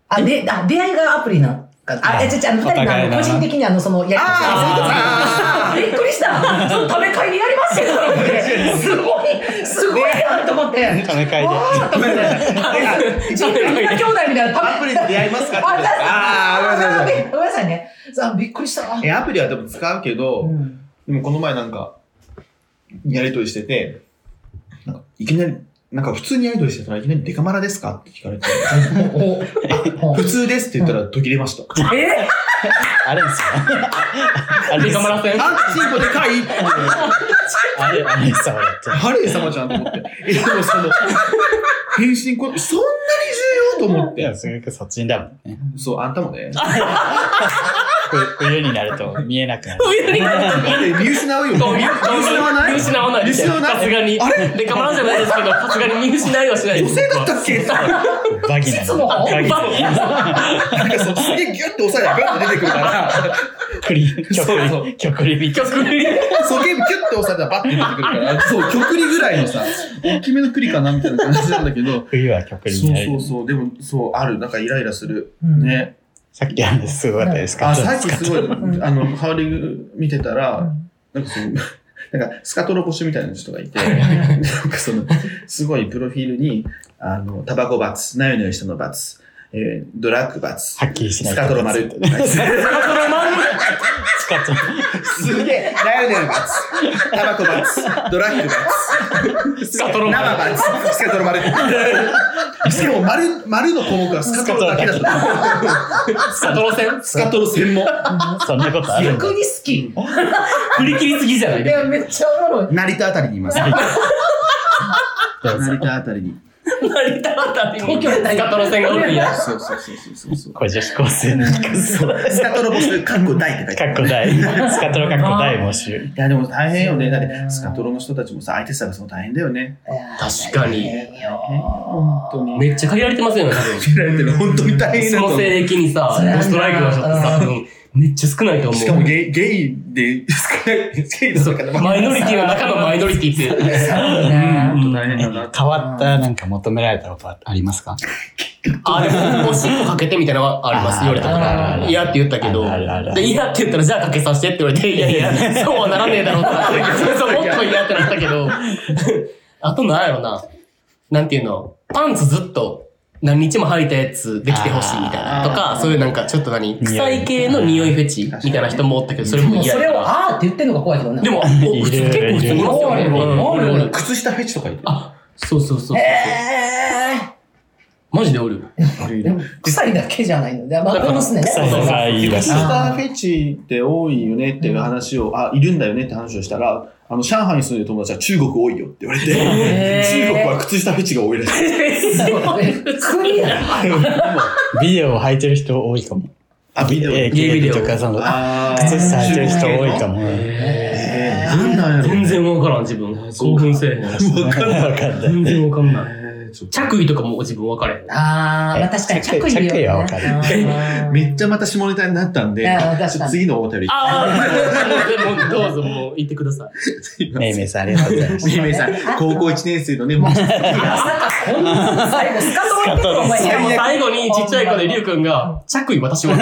S3: あ、で、あ、出会いがアプリなんか。あ、
S1: あ
S3: え、ちょ、ちょ、あの、
S1: お
S3: 二人のあ
S1: 互い
S3: の、
S1: な
S3: 個人的にあの、その、やりとり
S2: あー
S3: びっくりしたその食べ会にやりますよと思ってすごい、すごいなと思って。わ
S1: 金会で。
S3: ーっと思って。人類みんな兄弟みたいな。
S2: アプリで出会いますかって
S3: あ、確
S2: あーごめんな
S3: か
S2: さいごめんなさ
S3: に。ごめんなさいね。さあ、びっくりした。
S2: え、アプリはでも使うけど、
S3: うん
S2: でもこの前なんか、やりとりしてて、なんかいきなり、なんか普通にやりとりしてたらいきなりデカマラですかって聞かれて、
S3: おお
S2: 普通ですって言ったら途切れました。
S3: え
S1: あれですよ。あれ
S4: で
S1: ですよ
S4: かま。らせん
S2: あチンコでかいって言って
S1: あれ、あれですよ。俺って
S2: ハレー様じゃんと思って。え、でも その、返信こ、そんなに重要と思っ
S1: いや、
S2: て。
S1: すごくそっちだもんね。
S2: そう、あんたもね。
S1: 冬になると見えなくなる。
S4: 冬になると
S2: え見失うよね。
S4: 見失わない
S2: 見失わない
S4: 見失わないさすがに。デカマラじゃないですけど、さすがに見失いはしないで
S2: 女
S4: す。
S2: 性だったっけ
S1: バギナ
S3: 質問
S1: バギナ
S2: なんかそうすげえギュッて押さえたらガッて出てくるから、
S1: クリ、曲
S2: そうそ
S1: リ、曲リビ。
S4: 曲に。
S2: そうゲームキュッて押さえたらバッて出てくるから、そう、曲にぐらいのさ、大きめの栗かなみたいな感じなんだけど、
S1: 冬は曲リ
S2: そ
S1: に
S2: う
S1: な
S2: そ
S1: る
S2: う。そう、でもそう、ある、なんかイライラする。
S3: うん
S2: ね。
S1: さっきあの、すごかったですか
S2: あ、さっきすごい、
S3: ん
S2: あの、ハウリング見てた
S3: う
S2: ら、
S3: ん
S2: なんかその、 なんか、スカトロポシュみたいな人がいて、なんかその、すごいプロフィールに、あの、タバコ罰、なよなよしたの罰、えードラッグ罰、
S1: はっきりしない。
S2: スカトロ丸。
S1: スカトロ
S2: すげえ、ライオネルバツ、タバコバツ、ドラッグバツ、
S4: スカトロ丸
S2: 生バツ、スカトロ丸。しかも丸、丸の項目はスカトロだけだった。
S4: スカトロ戦
S2: スカトロ専門。
S1: そんなことあるんだ
S3: 逆。に好き。
S4: 振り切りすぎじゃない
S3: いや、めっちゃおもろい。
S2: 成田あたりにいます。成田あたりに。
S4: 成田あたりに
S3: 東京
S4: スカトロ戦がおるんや。
S2: そうそうそうそうそう。
S1: これ女子高生のかそう。
S2: スカトロボス、カッコ大って書いてあ
S1: かっ
S2: る
S1: こ大。スカトロかっこ大募集。
S2: いや、でも大変よね。だって、スカトロの人たちもさ、相手探すの大変だよね。
S4: 確かに
S2: 本当に。
S4: めっちゃ限られてますよね、多分。
S2: られてる。本当に大変だ
S4: そ
S2: と
S4: の
S2: 思う。
S4: 聖域にさ、
S3: そうやな
S4: ストライクの人ってさ、多分、めっちゃ少ないと思う。
S2: しかもゲイ、ゲイで、ゲイの
S4: そう
S2: 中で、
S4: マイノリティの中のマイノリティって。
S3: ね
S4: うん
S2: 大変だな。
S1: 変わったなんか求められたことはありますか
S4: あ、でも、おしっこかけてみたいなのはあります、
S1: あー
S4: よりと
S1: あ
S4: か
S1: る。
S4: 嫌って言ったけど
S1: あるあるあ、る
S4: で、嫌って言ったら、じゃあかけさせてって言われて、いやいや、そうはならねえだろうってなって、そうもっと嫌ってなったけど、 あとなんやろな、なんていうの、パンツずっと何日も履いたやつできてほしいみたいな、
S2: あー
S4: とか、そういうなんかちょっと何、
S1: 匂い
S4: 臭い系の匂いフェチみたいな人もおったけど、それも
S3: もう
S4: 嫌
S3: そ
S4: や
S3: れ
S4: か
S3: を
S4: ら。
S3: あーって言ってるのが怖いけどね。
S4: でも、お普通
S1: いる
S4: 結構普通にいますよね。
S3: いる
S4: うん
S3: おるおる
S2: 靴下フェチとか言って
S4: あ、そうそうそうそう。
S3: え
S4: マジでおる。
S3: ー、でも鎖だけじゃないので、まあ、このすねね。
S1: 臭いのがいいらし
S2: 靴
S1: い。
S2: 下フェチって多いよねっていう話を、あ、いるんだよねって話をしたら、あの、上海に住んでる友達は中国多いよって言われて、
S3: へー
S2: 中国は靴下フェチが多いらしい。
S3: 国や。
S1: ビデオを履いてる人多いかも。
S2: あ、ビデオ。
S1: えー
S4: ゲイビデオ
S1: とか、その、
S2: あー
S1: 靴下履いてる人多いか。 も。
S2: えー、なんなんやろ。
S4: 全然わからん、自分。興奮せえへん。
S1: わかんない。わか んない。
S4: 全然わかんない。
S2: えーちょっと
S4: 着衣とかも自分分かれへん。
S3: あー、まあ確かに着衣いいよね
S1: 着衣はわかる
S3: うん
S2: めっちゃまた下ネタになったんで
S3: いや確か、に
S2: ちょっと次のお便り。
S4: ああ、どうぞもう言ってください。
S1: めいめいさん、ありがとうございます。
S2: めいめいさん、高校1年生のね、もう
S3: まさかこんな最後、スカトロってお前
S4: でも
S3: や
S4: 最後にちっちゃい子でりゅうくんが、着衣私は。
S1: 着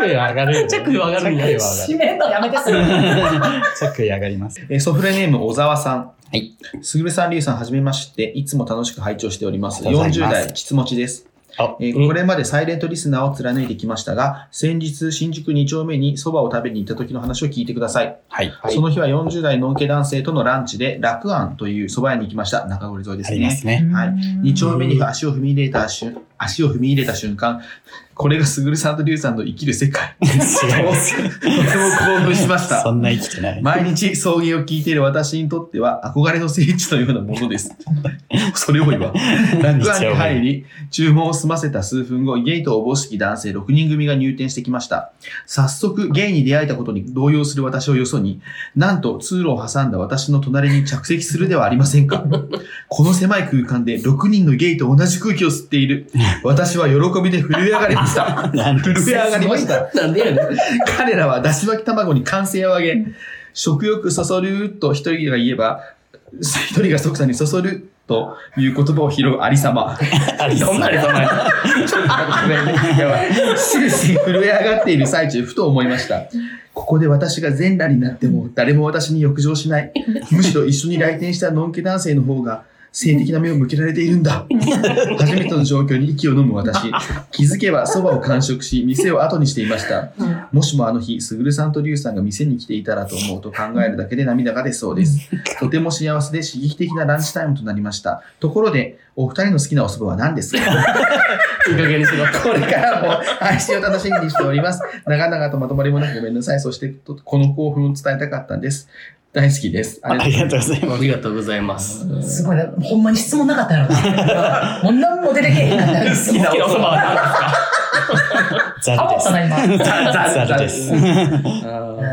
S1: 衣は上がるよね。
S4: 着衣は上がるんや
S1: 着衣は上
S3: 締めんのやめてする。
S1: がる。着衣上がります。
S2: えーソフレネーム小沢さん。
S1: はい。
S2: すぐるさん、りゅうさん、はじめまして。いつも楽しく拝聴しております。
S1: ありがとうご
S2: 40
S1: ざいます
S2: 代、質持ちです。
S1: あ
S2: えーこれまでサイレントリスナーを貫いてきましたが、先日、新宿2丁目に蕎麦を食べに行った時の話を聞いてください。
S1: はい。
S2: その日は40代のんけ男性とのランチで、楽安という蕎麦屋に行きました。中堀沿いで
S1: あ
S2: す
S1: りま
S2: ね。
S1: すね。
S2: はい2丁目に足を踏み入れた瞬、足を踏み入れた瞬間、これがすぐるさんとりゅうさんの生きる世界。
S1: 違い
S2: とて
S1: ま
S2: も興
S1: す。
S2: 奮しました。
S1: そんな生きてない。
S2: 毎日送迎を聞いている私にとっては憧れの聖地のようなものです。それを今。楽安に入り、注文を済ませた数分後、ゲイとおぼしき男性6人組が入店してきました。早速、ゲイに出会えたことに動揺する私をよそに、なんと通路を挟んだ私の隣に着席するではありませんか。この狭い空間で6人のゲイと同じ空気を吸っている。私は喜びで震え上がりま した。
S1: なんで
S2: 震え上がりました。
S4: なんでやねん。
S2: 彼らはだし巻き卵に歓声を上げ、食欲そそると一人が言えば、一人が即座にそそるという言葉を拾うありさま。
S1: ありそ
S4: どん
S1: う
S4: なにそ前。
S2: やばい終始震え上がっている最中、ふと思いました。ここで私が全裸になっても誰も私に浴場しない。むしろ一緒に来店したのんけ男性の方が性的な目を向けられているんだ。初めての状況に息を飲む私。気づけば蕎麦を完食し、店を後にしていました。もしもあの日、すぐるさんとりゅうさんが店に来ていたらと思うと考えるだけで涙が出そうです。とても幸せで刺激的なランチタイムとなりました。ところで、お二人の好きなお蕎麦は何ですか
S4: いい加減にしろ。
S2: これからも配信を楽しみにしております。長々とまとまりもなくごめんなさい。そして、とこの興奮を伝えたかったんです。大好きです。あ
S1: ありがとうございます。
S4: ありがとうございます。好
S3: すごいね。ほんまに質問な かったやろな。もう何も出てけえへんかった。
S4: きなお蕎麦は何で
S1: ザ
S4: すか
S3: あ
S1: ル
S3: 思
S1: で
S3: った
S1: す。
S3: な、今。
S1: ザルです。
S3: あーなるほどね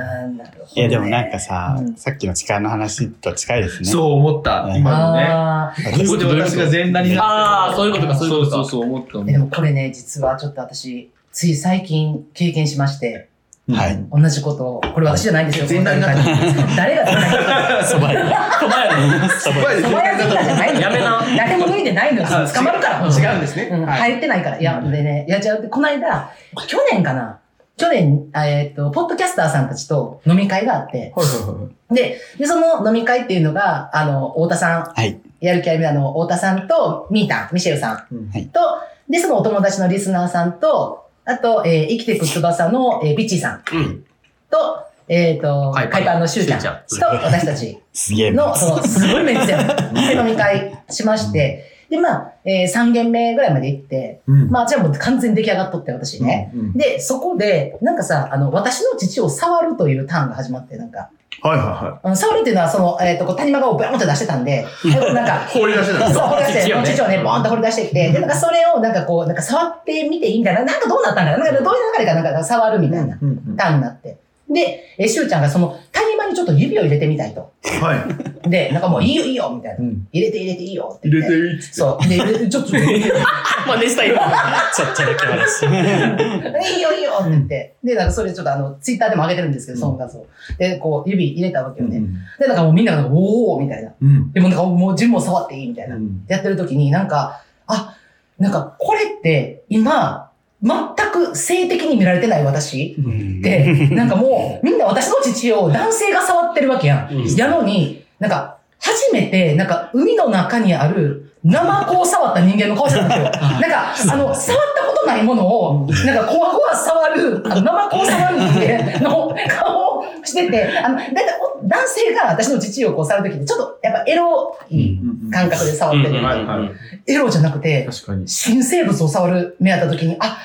S1: いや、でもなんかさ、
S3: うん
S1: さっきの痴漢の話と近いですね。
S2: そう思った、
S1: うん
S2: 今のね。
S3: あ
S2: ということで私が全裸になった
S4: ああ、そういうことか、そういうことか。
S2: そうそうそう思った
S3: ーでもこれね、実はちょっと私、つい最近経験しまして、
S2: うん
S1: はい
S3: 同じことを、これ私じゃないんですよ。
S2: 全裸になった
S3: この段階で誰が全裸になった
S1: そばや。
S4: そばやね
S1: そばや。
S3: そば屋全裸じゃないの
S4: やめな。
S3: 誰も脱いでないのよ。
S2: あ
S3: 捕まるから。
S2: 違う違うんですね。
S3: うん、
S2: はい。
S3: 入ってないから。いや、でね、いや、じゃあ、この間、去年かな。去年、えーっと、ポッドキャスターさんたちと飲み会があって、
S2: はいはいはい
S3: で、で、その飲み会っていうのが、あの、太田さん、
S1: はい。
S3: やる気ありみなの太田さんと、ミータン、ミシェルさん
S2: うん
S1: はい
S3: と、で、そのお友達のリスナーさんと、あと、えー生きてく翼の、えービッチーさん
S4: うん。
S3: と、えっ、と、
S4: 海
S3: 海
S4: パン
S3: パンのシュウちゃん
S4: シュウち
S3: と私たち
S1: すげえ。
S3: の、その、すごいメンツで飲み会しまして、で、まあ、え3軒目ぐらいまで行って、
S2: うん
S3: まあ、じゃあもう完全に出来上がっとって、私ね。
S2: うん
S3: で、そこで、なんかさ、あの、私の父を触るというターンが始まって、なんか、
S2: はいはいは
S3: あの、触るっていうのは、その、えっ、と、こう、谷間をバーンと出してたんで、なんか
S2: い。、放り出してたんです
S3: そ
S2: か
S3: う、掘り出して、
S4: 父をね
S3: 父をね、ボーンと掘り出してきて、で、なんかそれを、なんかこう、なんか触ってみていいみたいな、なんかどうなったんかな、なんかどういう流れか、なんか触るみたいな、
S2: うんうん
S3: ターンになって。で、え、しゅうちゃんがその、谷間にちょっと指を入れてみたいと。
S2: はい。
S3: で、なんかもういいよいいよ、みたいな。
S2: うん
S3: 入れて入れていいよって
S2: 入れ
S3: 言って
S2: いいっつって。
S3: そう。で、入れてちょっ と、いいよ
S4: 真似したいわ。
S1: ちょっとだけ話。
S3: いいよって言って。で、なんかそれちょっとあの、ツイッターでも上げてるんですけど、その画像。で、こう、指入れたわけよね。で、なんかもうみんなが、おーみたいな。
S2: うん。
S3: でもなんかもうジムも触っていいみたいな
S2: う。ん
S3: やってる時になんか、あ、なんかこれって今、全く性的に見られてない私って、なんかもうみんな私の父を男性が触ってるわけや
S4: うん
S3: ん。やのに、なんか初めてなんか海の中にある生子を触った人間の顔してたんですよ。なんか、あの、触ったことないものを、なんか、こわこわ触る、あの生子を触る人間の顔をしてて、あの、だいたいお男性が私の父をこう触るときに、ちょっとやっぱエロい
S2: うん
S3: 感覚で触
S4: う
S3: っ
S4: ん
S3: て
S4: う
S3: る。
S4: ん
S2: はいは
S4: う
S2: い
S4: ん
S3: エロじゃなくて、
S2: 確かに。
S3: 新生物を触る目あった時に、あ、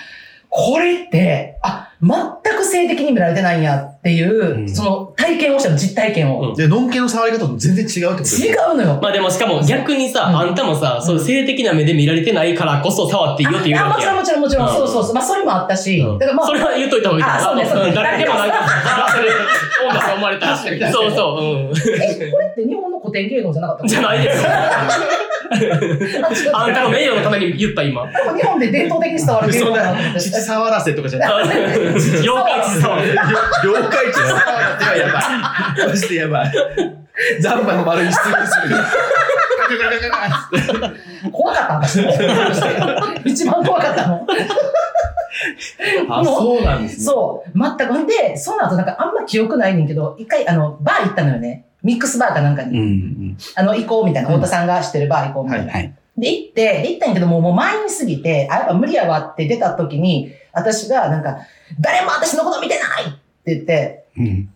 S3: これって、あ、全く性的に見られてないんやっていう、
S1: うん
S3: その体験をしたの、実体験を。
S4: うん
S2: で、のんけの触り方と全然違うってことです
S3: 違
S2: ね
S3: うのよ。
S4: まあでもしかも逆にさ、
S3: うん
S4: あんたもさ、そういう性的な目で見られてないからこそ触っていいよって言う
S3: あ、
S4: わ
S3: も
S4: け
S3: ちろん
S4: や。
S3: もちろんもちろん。
S4: うん
S3: そうそうそう。まあ、それもあったし、
S4: うん
S3: だからま
S4: それは言っといた方がいい
S3: あそうね
S4: と思
S3: そうね
S4: 誰でもなんか、あそれ、音楽が生まれた。
S2: 確かに確かに
S4: そうそう、
S3: あ、え、これって日本の古典芸能じゃなかった
S4: うん。じゃないですよ。 あんたの名誉のために言った今。
S3: でも日本で伝統的に伝わる芸
S2: そ
S3: 能
S2: ん
S3: だなと
S2: な
S3: 思っ、て
S2: 父触らせとかじゃない。
S4: 妖怪地さん。
S2: 了解値触らせはやばい。マジでやばい。ザンバの丸い質問する。
S3: 怖かった、私も。一番怖かったの。
S2: あ、そうなんですね。
S3: そう、全く。ほんで、その後なんかあんま記憶ないねんけど、一回あの、バー行ったのよね。ミックスバーかなんか
S1: うんう
S3: に。
S1: ん。
S3: あの、行こうみたいな。
S2: うん
S3: 太田さんがしてるバー行こうみたいな。
S1: はい。
S3: で、行って、で行ったんやけど、もう、もう前に過ぎて、あ、やっぱ無理やわって出た時に、私がなんか、誰も私のこと見てないって言って、
S1: うん。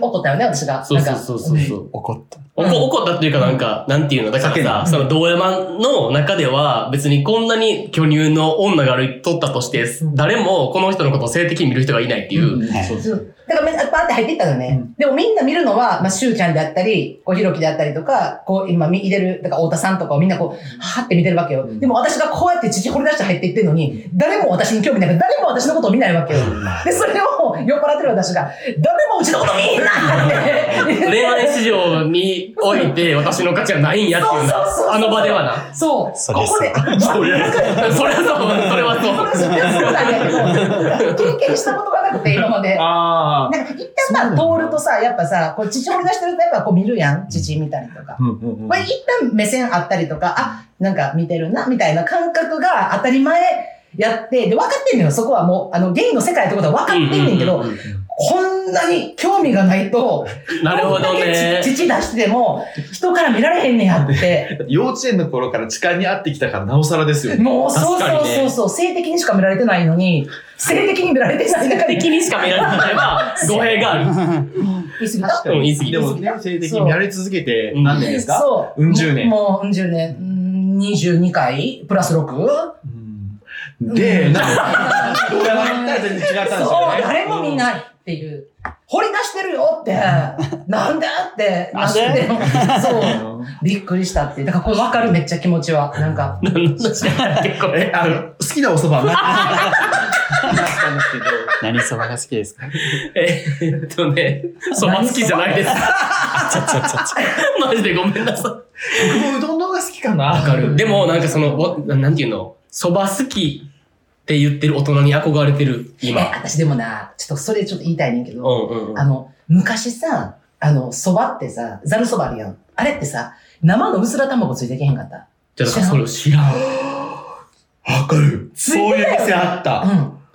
S3: 怒ったよね、私が。
S4: そう
S3: なん
S4: そう
S3: か
S4: そうそうそう。
S1: 怒った。
S4: おこ怒ったっていうかなんか、なんていうの、だからさ、その道山の中では別にこんなに巨乳の女が歩いとったとして、誰もこの人のことを性的に見る人がいないっていう。
S2: そう
S3: そ
S2: そう
S3: うだからめ、バーって入っていったのね。
S2: うん
S3: でもみんな見るのは、まあ、しゅうちゃんであったり、こう、ひろきであったりとか、こう、今見入れる、だから、太田さんとかをみんなこう、はーって見てるわけよ。
S2: うん
S3: でも私がこうやって父掘り出して入っていってるのに、誰も私に興味ないから、誰も私のことを見ないわけよ。で、それを酔っ払ってる私が、誰もうちのこと見んな って。
S4: 恋愛市場において私の価値はないんやっていうな
S3: そうそうそうそ。う
S4: あの場ではな。
S3: そう、
S1: そ
S3: こ
S1: りゃそう
S3: こで、あ
S4: そりゃそう。そりゃそう。それは
S3: そ
S4: そう。
S3: れそれはそうなんだけど、経験したことがなくて、今まで。
S2: あ
S3: なんか一旦まあ通るとさ、やっぱさ、こう父掘り出してるとやっぱこう見るやん。父見たりとか
S2: あ。。うんうんうん
S3: まあ、一旦目線あったりとか、あ、なんか見てるな、みたいな感覚が当たり前やって、で、分かってんのよ、そこはもう、あの、ゲイの世界ってことは分かってんねんけど、
S4: うんうんうん
S3: こんなに興味がないと、
S4: なるほどね。
S3: ち父出しても、人から見られへんねんやっ て。
S2: 幼稚園の頃から痴漢に会ってきたからなおさらですよ。
S3: もう、そう
S4: 確か
S3: そ
S4: に
S3: う
S4: ね
S3: そうそう、性的にしか見られてないのに、性的に見られてない中で、
S4: 的にしか見られてないは 語弊がある。
S3: 言い過ぎた。
S4: うん、言い過ぎ
S2: で
S4: でも。
S2: もね、性的に見られ続けて何年ですか
S3: そう。
S2: うん十年
S3: もう、うん十年。うん22回プラス 6?
S2: うんで、なんか、親が言ったら全然違ったんです
S3: そう
S2: よ、ね。
S3: 誰も見ないっていう。掘り出してるよって、なんでって、
S1: なんで
S3: って そう。びっくりしたっていう。だからこれわかる、めっちゃ気持ちは。なんか、
S4: 何の話だっけこれ。
S2: え、あの、好きなお蕎麦はさんですけど、
S1: 何そばが好きですか
S4: えーっとね、そば好きじゃないです。
S1: あちゃちゃちゃちゃ。
S4: マジでごめんなさい。
S2: 僕もうどんの方が好きかな。
S4: わかる。でも、なんかその、わなんていうの、そば好きって言ってる大人に憧れてる、
S3: え、
S4: 今。
S3: 私でもな、ちょっとそれちょっと言いたいねんけ
S4: う
S3: ど、
S4: んうんうん。
S3: あの、昔さ、あの、蕎麦ってさ、ざる蕎麦あるやん。あれってさ、生のうすら卵ついてけへんかった。
S4: じゃあ、それを知らん。
S2: わかる。
S3: ついてたよね
S2: あった。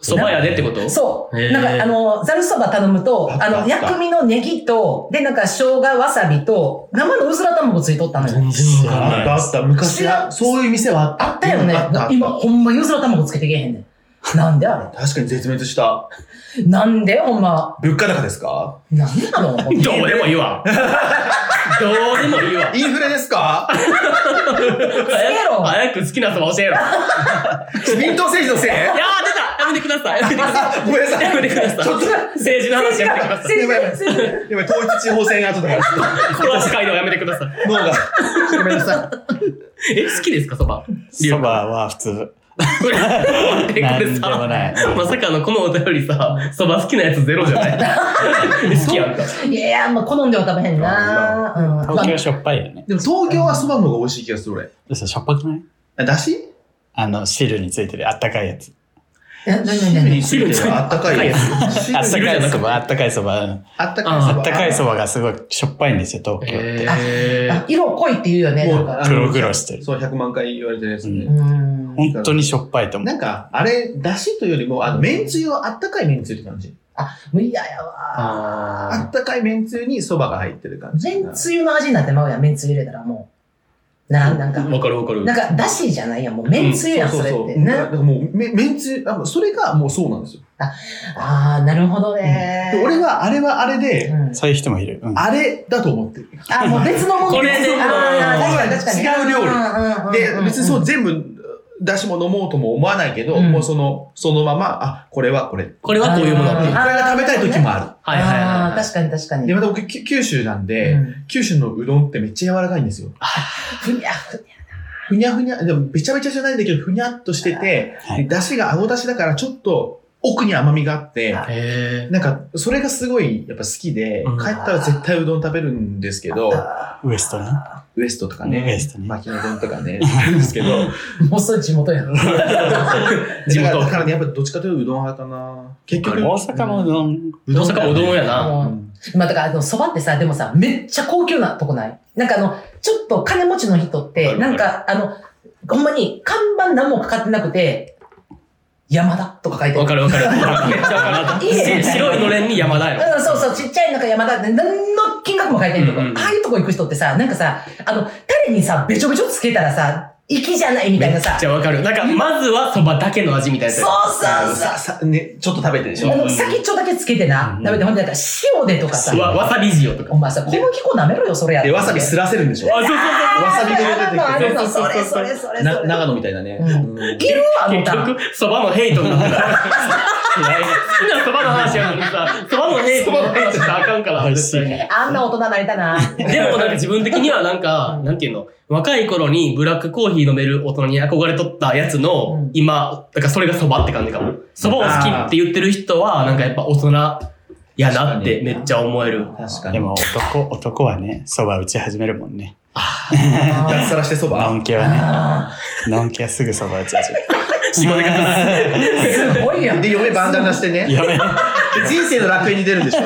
S3: う
S4: そば屋でってこと
S3: ん。そう。
S4: へー
S3: なんか、あの、ざる蕎麦頼むと、
S2: あった
S3: あ
S2: あっ
S3: の、
S2: た
S3: 薬味のネギと、で、なんか、生姜、わさびと、生のうすら卵ついとったのよ。
S4: 全然わか
S2: あ
S4: ん
S2: っ
S4: な
S2: た
S4: い。
S2: あった。昔は、そういう店はあった。
S3: あったよね
S2: あったあっ。た
S3: 今、ほんまにうすら卵つけてけへんねん。なんであ
S2: 確かに絶滅した。
S3: れなんでほんま。
S2: 物価高ですか
S3: なんでなのほんま
S4: どうでもいいわ。どうでもいいわ。
S2: インフレですか
S3: けろ
S4: 早く好きなそば教えろ。いや
S2: 民党政治のせい
S4: ー、出たやめてください。やめてくださ
S2: あごめんなさ
S4: い。やめて
S2: い。
S4: ください。
S2: ちょっと
S4: 政治の話やめてください。
S2: やばいやばい。やばい、統一地方選後だから、
S4: 殺し街道やめてください。
S2: 脳が。ごめんなさ
S4: え、好きですか、そば。
S1: そばは普通。
S4: これ、待って、こ
S1: なん
S4: れ
S1: で
S4: さ、
S1: もない。
S4: まさかのこのお便りさ、そば好きなやつゼロじゃない好きやんか。
S3: いやいや、まあ、好んでは食べへんな。うん。まあ
S1: 東京しょっぱいよね
S2: い。。でも東京はそばの方が美味しい気がする、俺。
S1: 嘘、しょっぱくない
S2: あだし
S1: あの、汁についてるあったかいやつ。
S3: え、なになになに
S2: 汁ってあったかいやつ。
S1: あった
S2: 汁
S1: かいそば、あ
S2: あ
S1: ったかいそば。うん
S2: った
S4: あ
S1: あ
S2: かいそば。
S1: ったかいそばがすごいしょっぱいんですよ、東京って。
S4: え
S3: あ色濃いって言うよね、な
S2: も
S3: ん
S2: う
S3: か。
S2: あの
S1: 黒々してる
S2: そう、100万回言われてるやつ
S3: う
S2: ね。
S3: ん。
S1: 本当にしょっぱいと思
S2: な
S1: う。
S2: んか、あれ、だしというよりも、あの、麺つゆはあったかい麺つゆって感じ。
S3: あ、もう嫌やわ。
S2: あ
S4: あ
S2: ったかい麺つゆにそばが入ってる感じ。
S3: 麺つゆの味になってまうやん、麺つゆ入れたらもう。な、なんか
S4: ー。、わかるわかる。
S3: なんか、だしじゃないやん、もう麺つゆやん、
S2: そ
S3: そうれ
S2: そうそ
S3: っ
S2: う。
S3: て。
S2: だか
S3: な
S2: らもう、め麺つゆ、あそれがもうそうなんですよ。
S3: あー、なるほどね
S2: で。俺、は、あれはあれで、
S3: うん。
S1: そういう人もいる。うん
S2: あれだと思ってる。
S3: あ、もう別のもの
S4: これでも
S3: あー確かに確か
S2: 違
S3: に。
S2: う料理
S3: 理
S2: で、別にそうう全部、だしも飲もうとも思わないけど、
S3: うん
S2: もうその、そのまま、あ、これはこれ。で、
S4: これはこういうものっていう。
S3: あ
S4: は
S2: これが食べたい時もあ
S4: いはいはい
S3: あ
S4: は
S3: あー、
S4: い。
S3: 確かに確か
S2: る。
S3: に。
S2: で、また僕、き九州なんで、
S3: うん
S2: 九州のうどんってめっちゃ柔らかいんですよ。
S3: ふにゃふに
S2: ふにゃふにゃ、でもべちゃべちゃじゃないんだけど、ふにゃっとしてて、
S1: はい
S2: だしが青だしだからちょっと奥に甘みがあって、
S3: あ
S4: へ
S2: なんか、それがすごいやっぱ好きで、
S4: うん
S2: 帰ったら絶対うどん食べるんですけど、
S3: ゃ。
S1: ウエストね。
S2: ウエストとかね、
S1: うんウエストね
S2: 巻きのうどんとかね、あるんですけ ど、
S3: もうそれ地元やろ。
S4: 地
S2: 地
S4: 元
S2: 元だからね、やっぱどっちかというとうどん派かな。結
S1: 大
S2: 局、
S1: 阪のうどん、
S2: う
S4: 大阪おどんやな。
S3: うんまあだから、あの、蕎麦ってさ、でもさ、めっちゃ高級なとこないなんかあの、ちょっと金持ちの人っ
S4: わ
S3: て、
S4: かる
S3: なんか、あの、ほんまに看板何もかかってなくて、山田とか書いて
S4: わ
S3: あ
S4: か
S3: る。
S4: るわか る。めっちゃわかる。
S3: いいね
S4: し白いのれんに山田や
S3: うん、そうそう、ちっちゃいなんか山田って、何の金額も書いてるとこ。
S4: うんうんうん
S3: ああいうとこ行く人ってさ、なんかさ、あの、タレにさ、べちょべちょつけたらさ、粋じゃないみ
S4: ろ。
S3: たい
S4: め
S3: な
S4: っ
S3: さ。
S4: ちゃわかる。なんか、まずはそばだけの味みたいなやつ
S3: そうそうそう
S2: さ、。さ、ね、ちょっと食べてでし
S3: あ
S2: ょ
S3: の、先っちょだけつけてな。
S1: うん
S3: ダメで、ほんで、なんか塩でとかさ。
S4: わ、わさび塩とか。
S3: お前さ、小麦粉舐めろよ、それや
S2: で、わさびすらせるんでしょわ
S4: あ、そうそう
S2: さび
S3: あ
S2: が
S3: る
S2: 出
S3: あ
S2: て
S3: るあるそ
S2: き
S3: れ
S2: て。
S3: それそれそれ。
S2: な長野みたいなね。
S3: うん
S2: うん
S3: いるわ、あの
S4: そう。
S3: た。
S4: 結局、そばのヘイトにな ってた。
S1: 嫌い
S4: 好きなそばの話やのにさ、そばのヘイトの話したらあかんから。
S1: 美味しいね
S3: あんな大人なりたな。
S4: でもなんか自分的にはなんか、なんていうの、若い頃にブラックコーヒー飲める大人に憧れとったやつ
S3: う
S4: の
S3: ん、
S4: 今、だからそれが蕎麦って感じかも。蕎麦を好きって言ってる人は、なんかやっぱ大人やなってめっちゃ思える。
S2: 確か
S1: で
S2: に。
S1: も男、男はね、そば打ち始めるもんね。
S2: 脱サラしてそ
S1: の
S2: ば
S1: んけはね。のんけはすぐそば打ち始める。仕事
S3: すごいやん。
S2: で、嫁バンダナしてね。
S1: やめろ
S2: で人生の楽園に出るんでしょ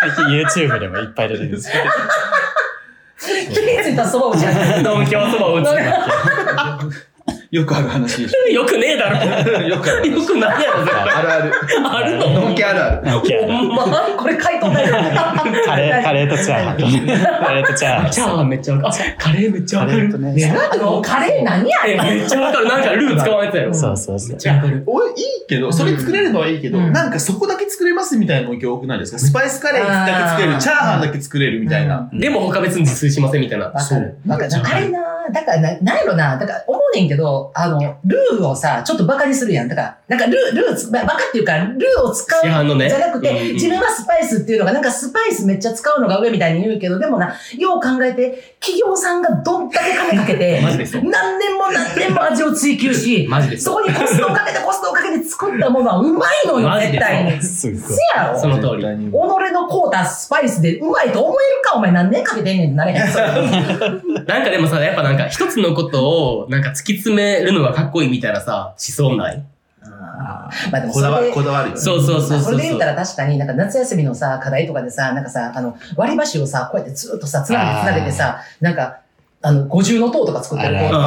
S1: 最近 YouTube でもいっぱい出てるんですよ。
S3: 気についたそば打ち上げ
S4: のんきはそばを打
S2: よくある話でし
S4: つ。よくねえだろ。
S2: ょ。よくある
S4: よ
S2: 話。
S4: くないやろ、絶対
S2: ある ある。
S4: あるの
S2: のんけあるある。
S1: のんけは
S4: ほ
S1: ね
S4: んま。
S3: まあ、これ書いとんないよ。
S1: カレー、カレーとチャーハン。カレーとチャーハン。
S4: チャーハンめっちゃわかる。あカレーめっちゃ
S1: カ
S4: わか
S1: レーと
S4: る。
S1: ね。
S3: あの、カレー何や
S4: え
S3: ねん。
S4: めっちゃわかる。なんかルー使わないやつやろ。
S1: そうそうそ
S4: めっ
S1: う。
S4: ちゃわかる。
S2: おいいけど、それ作れるのはいいけど、
S3: うん
S2: なんかそこだけ作れますみたいなの今多くないですかスパイスカレーだけ作れ
S3: あー
S2: る、チャーハンだけ作れるみたいな。
S4: でも他別に自炊しませんみたいな。
S3: わかる。
S2: なんか
S3: あれな、だからな、なんやろな、だから思うねんけど、と、あの、ルーをさ、ちょっとバカにするやん。だから、なんかルー、ルーつ、ババカっていうか、ルーを使
S4: 市販の
S3: う、
S4: ね
S3: じゃなくて、
S4: うんうん、
S3: 自分はスパイスっていうのが、なんかスパイスめっちゃ使うのが上みたいに言うけど、でもな、よう考えて、企業さんがどんだけ金かけて
S4: マジでそう
S3: 何年も何年も味を追求し、
S4: マジで
S3: そ
S4: そう。
S3: こにコストをかけてコストをかけて作ったものはうまいのよ
S4: マ、ジで
S3: 絶対に。せ
S1: すごい。
S3: やろ
S4: その通り。
S2: り
S3: 己のこうたスパイスでうまいと思えるかお前何年かけてんねんってなれへん。それ
S4: なんかでもさ、やっぱなんか一つのことをなんか突き詰めるのがかっこいいみたいなさ、思想ない
S3: まあでも
S2: こ
S3: そ
S2: だわ
S3: れ
S2: る、
S3: で
S2: こだわるよね。
S4: そうそうそうそうそう。
S3: それで言ったら確かになんか夏休みのさ、課題とかでさ、なんかさ、あの、割り箸をさ、こうやってずっとさ、つなげてつなげてさ、なんか、あの、五重の塔とか作ってる子と
S4: あら
S3: か、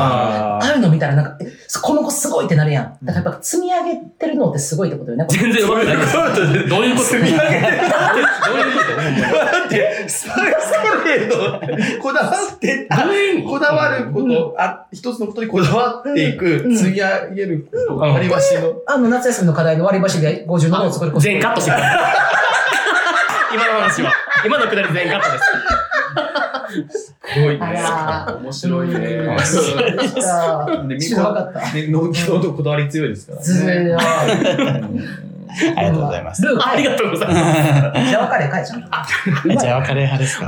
S2: あ
S3: あるの見たらなんか、えこの子すごいってなるやん。だからやっぱ積み上げてるのってすごいってことよね。
S4: 全然悪くない。どういうこと
S2: 積み上げてる
S4: どういうこと
S2: だって、スパイスカレーのこだわって、あ
S4: どういう意味
S2: こだわること、あ、一つのことにこだわっていうく、
S3: ん
S2: 積み上げること、
S4: うん
S2: 割り箸の。
S3: あの、夏休みの課題で割り箸で五重の塔を作る子。
S4: 全カットしてください今の話は。今のくだり全カットです。
S2: すごい
S3: あら
S2: 面白いね。
S3: うん
S2: 面白い
S3: 知らな
S2: で、みこ
S3: かった。
S2: ね、農業のこだわり強いですから
S3: ず
S2: ね。
S3: るいよ。
S1: ありがとうござい ます。
S3: ルー
S4: ありがとうございます。
S3: じゃあカレーかいちゃん。あ、
S1: じゃあ、カレー派ですか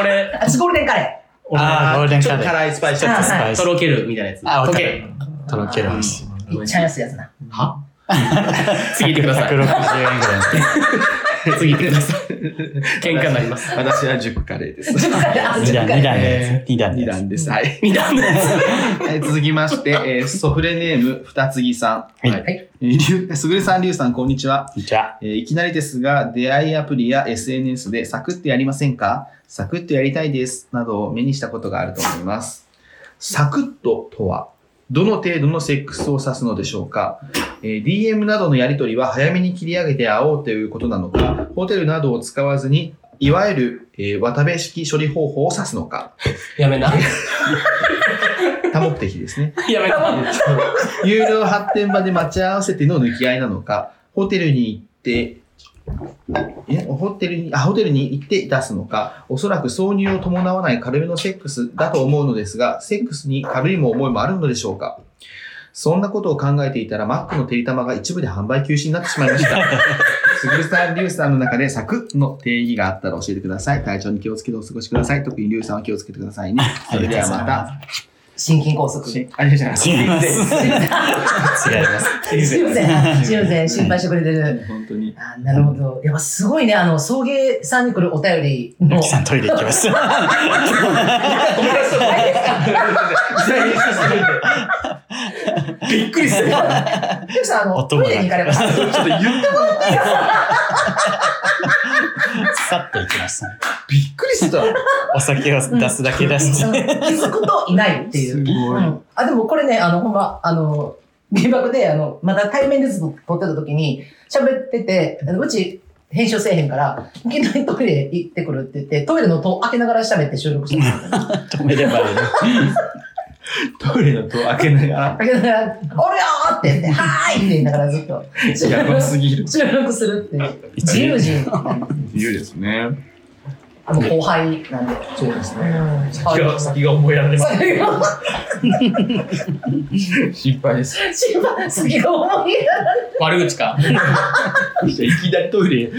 S4: 俺、俺、
S3: 私ゴールデンカレ
S4: 俺
S1: あーゴールデン
S2: ちょ
S1: カ
S2: っと
S1: レー。
S2: 辛いスパイス
S3: あ
S2: や
S3: ー
S2: つ。
S1: スパイス
S4: と。ろけるみたいなやつ。
S1: あわ
S4: 溶
S1: かる
S4: け。
S1: とろける話。
S3: ー。いっちゃ安いやつな。
S4: は次行ってくださ
S1: 160
S4: い。
S1: 円ぐらいです。
S4: 次行ってください。喧嘩になります。
S2: 私は熟カレーです。
S3: 10カレー、あ、
S1: 二
S3: 10
S1: 段、
S3: カ
S1: 二
S3: レー。。
S1: 段です。二段
S2: 二
S1: です。
S2: 段です。はい。
S4: 二段のや
S2: はい続きまして、えーソフレネーム、二つぎさん。
S1: はい
S2: えーりゅうすぐるさん、りゅうさん、こんにちは。
S1: じゃ
S2: えーいきなりですが、出会いアプリや SNS でサクッとやりませんかサクッとやりたいです。などを目にしたことがあると思います。サクッととは、どの程度のセックスを指すのでしょうか、えー ?DM などのやりとりは早めに切り上げて会おうということなのか、ホテルなどを使わずに、いわゆる、えー渡部式処理方法を指すのか、
S4: つ。やめな。
S2: 多目的ですね。
S4: やめな。
S2: 有料発展場で待ち合わせての抜き合いなのか、ホテルに行って、えホテルに、あ、ホテルに行って出すのか、おそらく挿入を伴わない軽めのセックスだと思うのですが、セックスに軽いも思いもあるのでしょうかそんなことを考えていたら、マックのてりたまが一部で販売休止になってしまいました。 すぐるさん、りゅうさんの中でサクッの定義があったら教えてください。体調に気をつけてお過ごしください。特にりゅうさんは気をつけてくださいね。それではまた。
S3: 心筋梗塞。すい
S2: しありがとうござ い
S1: 違い
S2: ま。
S1: ますあ、違います。
S3: すいません。すいません。心配してくれてる。
S2: 本当に。
S3: あなるほど。やっぱすごいね、あの、送迎さんに来るお便りの
S1: ゆき。さんトイレ行きました。
S2: びっくりする。ちょ
S3: ゆきさん、あの、
S1: 音
S3: ト
S1: も
S3: イレに行かれました。
S2: っと言ったこと
S1: さっと行きました。
S2: びっくりした。
S1: お酒を 出すだけ出
S3: う
S1: し
S3: ん
S1: て。
S3: 気づくといないっていう。
S2: ご
S3: うんあ、でもこれね、あの、ほんま、あの、原爆で、あの、また対面でずっと撮ってた時に、喋ってて、あのうち、編集せえへんから、いきなりトイレ行ってくるって言って、トイレの戸を開けながら喋って収録してたんですよ。
S1: 止めればいい。
S2: トイレの戸を開けながら、
S3: 開けながら、おるよーって言って、はーいって言いながらずっと収
S2: やば
S3: 録
S2: すぎる。
S3: 収録するっていう。自由人。あ
S2: 自由ですね。
S3: の、後輩なんで。
S2: そうです
S3: う。ん
S2: 先が、先が思いやられます。
S3: 先が
S2: 心配です。
S3: 先が先が思いやられ
S4: 悪口か。
S2: いきなりトイレ。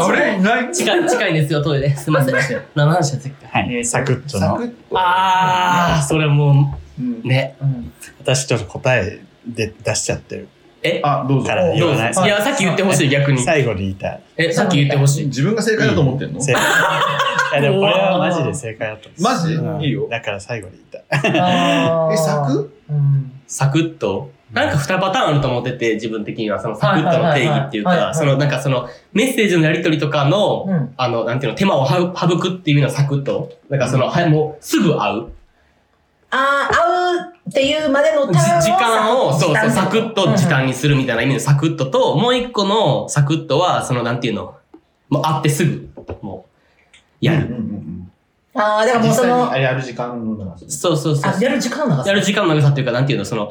S2: あれない
S4: 近い、近いんですよ、トイレ。すいません。何の話だったっけ
S1: はい。サクッと
S2: サク
S1: の。
S2: ッと。
S4: あー、それも
S2: うん
S4: う、ね。
S3: うん
S1: 私ちょっと答えで出しちゃってる
S4: え
S2: あ、どうぞ
S1: か。ら言
S4: どう
S1: わ
S4: ぞ
S1: ない
S4: いや、さっき言ってほしい、逆に。
S1: 最後に言いたい。
S4: え、さっき言ってほしい。
S2: 自分が正解だと思ってんの
S1: 正解。いやでもこれはマジで正解だと思う。
S2: マジ
S1: うん
S2: いいよ
S1: だから最後に言いたい。
S3: あー
S2: え、サク
S3: うん
S4: サクッと。なんか2パターンあると思ってて、自分的には、そのサクッとの定義っていう
S3: はいはいはいはい
S4: か、そのなんかそのメッセージのやり取りとかの、
S3: うん。
S4: あの、なんていうの、手間をは省くっていうのはサクッと。なんかその、はい、もうすぐ会う。
S3: ああ、会うっていうまでの
S4: じ
S3: ターンを
S4: 時間を、そうそう、サクッと時短
S3: に。
S4: にするみたいな意味のサクッとと、もう一個のサクッとは、その、なんていうの、もう会ってすぐ、もう、やる。
S2: うんうんうん
S3: ああ、だからもう
S2: 実
S3: そ
S2: 際に
S3: の、
S2: あれやる時間の長さ。
S4: そうそうそう
S3: あ、。やる時間なんだ。
S4: やる時間の長さっていうか、なんていうの、その、